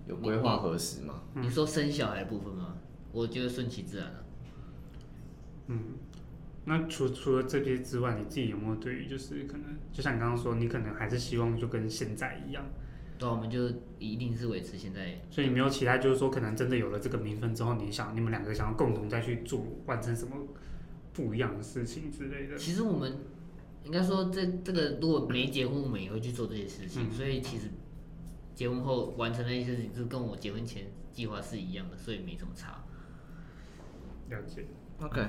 S3: 有
S2: 你
S3: 规划何时吗？
S1: 嗯
S2: 你说生小孩的部分吗？我觉得顺其自然啊了、
S1: 嗯，那除除了这些之外，你自己有没有对于就是可能，就像你刚刚说，你可能还是希望就跟现在一样，
S2: 对啊，我们就一定是维持现在
S1: 所以你没有期待，就是说可能真的有了这个名分之后，你想你们两个想要共同再去做完成什么不一样的事情之类的。
S2: 其实我们应该说这这个如果没结婚，我们也会去做这些事情，
S1: 嗯
S2: 所以其实结婚后完成的一些事情，就跟我结婚前计划是一样的，所以没什么差。
S1: 了解
S3: OK，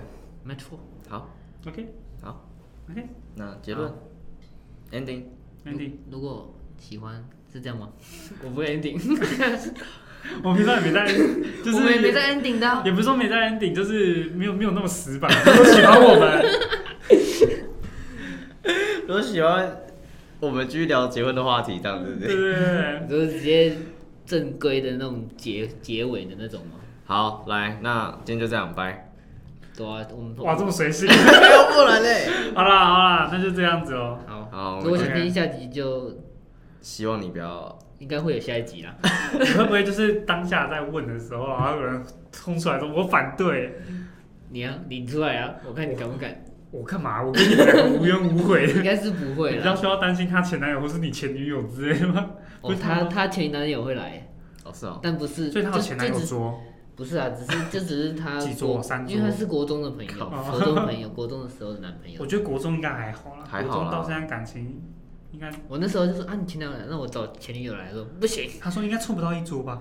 S2: 没错，
S3: 好，
S1: ，OK。
S3: 好
S1: ，OK，
S2: 嗯
S3: 那结论 ending，
S1: a n d
S2: 如果喜欢是这样吗？我不会 ending，
S1: 我平常也没 在，就
S2: 我们
S1: 是
S2: 也没在 ending 的啊。
S1: 也不是说没在 ending，就是没有没有那么死板， 都喜欢我 们。
S3: 如果喜欢我们继续聊结婚的话题，这样对不
S1: 对对
S3: 对？
S1: 对对，
S2: 就是直接正规的那种结结尾的那种吗？
S3: 好，来，那今天就这样，拜。
S2: 对啊，我们
S1: 哇，这么随性。
S3: 没有不然嘞。
S1: 好啦好啦，那就这样子哦。
S2: 好，
S3: 好，我
S2: 如果
S3: 们
S2: 想听下集就
S3: 希望你不要
S2: 应该会有下一集啦。
S1: 你会不会就是当下在问的时候，然后有人冲出来说“我反对
S2: 你啊，你出来啊，我看你敢不敢？”，
S1: 我干嘛？我跟你们两个无冤无悔。
S2: 应该是不会
S1: 你
S2: 啦
S1: 比。较需要担心她前男友或是你前女友之类的吗？
S2: 哦，她她前男友会来，
S3: 哦是哦，
S2: 但不是，
S1: 所以她有
S2: 就
S1: 前男友
S2: 就只
S1: 说，
S2: 不是啊，只是就只是她
S1: 几桌
S2: 国
S1: 三桌
S2: 因为她是国中的朋友，
S1: 靠
S2: 国中朋友，国中的时候的男朋
S1: 我
S2: 友。
S1: 觉得国中应该还好啦，
S3: 还好啦
S1: 国中
S2: 啊
S1: 到现在感情应该，
S2: 我那时候就说啊，你前男友来，那我找前女友来说不行，
S1: 他说应该凑不到一桌吧。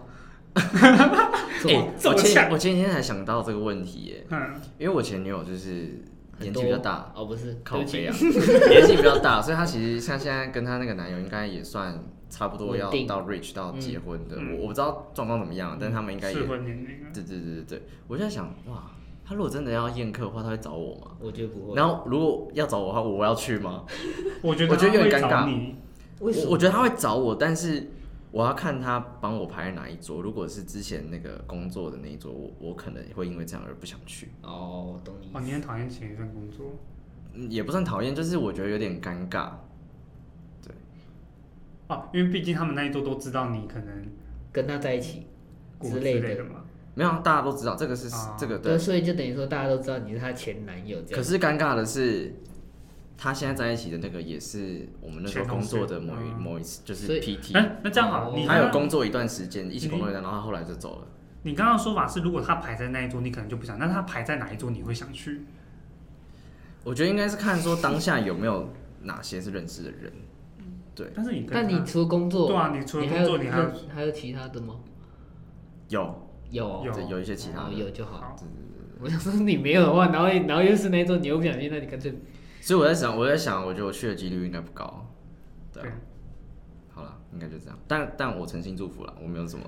S2: 说
S3: 哎
S2: 我
S1: 这
S3: 我
S1: 么
S3: 前
S1: 呛
S3: 我前几天才想到这个问题耶，
S1: 嗯，
S3: 因为我前女友就是
S2: 很
S3: 年
S2: 多
S3: 纪比较大，
S2: 哦，不是，
S3: 靠
S2: 对不
S3: 背
S2: 起
S3: 啊，， 年纪比较大，所以她其实像现在跟她那个男友应该也算差不多要
S2: 稳定
S3: 到 reach 到结婚的，
S1: 嗯
S3: 我我不知道状况怎么样，但他们应该也
S1: 适婚年龄啊。
S3: 对对对对对，我就在想哇，她如果真的要宴客的话，她会找我吗？
S2: 我觉得不会。
S3: 然后如果要找我的话，我要去吗？
S1: 我觉得
S3: 我觉得有
S1: 他
S3: 点
S1: 会找
S3: 尴尬
S1: 你
S3: 我我觉得他会找我，但是我要看他帮我排哪一桌。如果是之前那个工作的那一桌，我我可能会因为这样而不想去，
S2: 哦，我懂你意
S1: 哦，
S2: 思。
S1: 你很讨厌前一份工作，
S3: 嗯也不算讨厌，就是我觉得有点尴尬。
S1: 哦，因为毕竟他们那一桌都知道你可能
S2: 跟他在一起
S1: 过
S2: 之
S1: 之
S2: 类
S1: 类
S2: 的，
S1: 嘛。
S3: 没有啊，大家都知道这个是、
S1: 啊
S3: 这个对
S2: 对，，所以就等于说大家都知道你是她前男友这
S3: 可
S2: 样。
S3: 是尴尬的是。他现在在一起的那个也是我们那时候
S1: 前同
S3: 工
S1: 事
S3: 作的某一
S1: 嗯
S3: 某一次，就
S2: 所
S3: 是
S2: 以
S3: PT，
S1: 哎，那这样好，
S2: 哦
S1: 你
S3: 他有
S1: 刚刚
S3: 工作一段时间，一起工作一段，然后他后来就走了。
S1: 你刚刚的说法是，如果他排在那一桌，你可能就不想；，那他排在哪一桌，你会想去？
S3: 我觉得应该是看说当下有没有哪些是认识的人，对，
S1: 但是你跟
S2: 但你
S1: 他
S2: 除了工作，
S1: 对啊，你除了
S2: 你
S1: 工作，你还
S2: 还有
S1: 有
S2: 还有其他的吗？
S3: 有
S2: 有哦，
S1: 有
S3: 对有一些其他
S2: 哦
S3: 的，
S2: 有就好。
S1: 好
S2: 我想说你没有的话，然后然后又是那种你又不想去，那你干脆
S3: 所以我在想，我在想，我觉得我去的几率应该不高。对啊，好了，应该就这样。但但我诚心祝福了，我没有什么，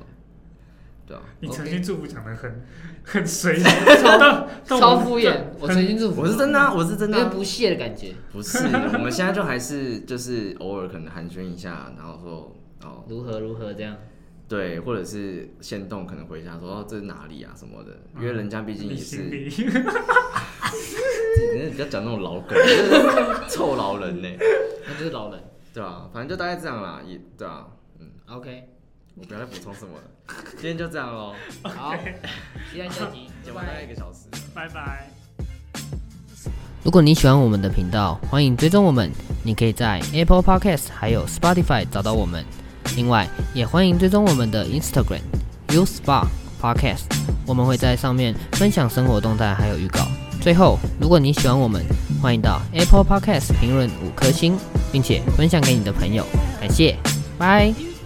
S3: 对啊，
S1: 你
S2: OK
S1: 诚心祝福讲的很很随 意，超
S2: 超敷衍，我诚心祝福，
S3: 我是真的、啊，我是真的
S2: 有
S3: 啊、
S2: 点不屑的感觉。
S3: 不是，我们现在就还是就是偶尔可能寒暄一下，然后说哦，
S2: 如何如何这样？
S3: 对，或者是先动可能回一下说哦这是哪里啊什么的，
S2: 嗯
S3: 因为人家毕竟
S1: 你
S3: 也是，
S1: 心
S3: 你
S1: 里
S3: 人家比较讲那种老梗， 就是臭老人呢、
S2: 那就是老人。
S3: 对啊，反正就大概这样啦，也对啊，嗯，
S2: OK，
S3: 我不要再补充什么了，今天就这样喽，
S2: 好，期待 下集，拜
S3: 讲完大概
S2: 拜
S3: 一。个小时。
S1: 拜拜。
S2: 如果你喜欢我们的频道，欢迎追踪我们。你可以在 Apple Podcast 还有 Spotify 找到我们。另外，也欢迎追踪我们的 Instagram U Spa Podcast，我们会在上面分享生活动态还有预告。最后，如果你喜欢我们，欢迎到 Apple Podcast 评论五颗星，并且分享给你的朋友，感谢，拜。
S4: You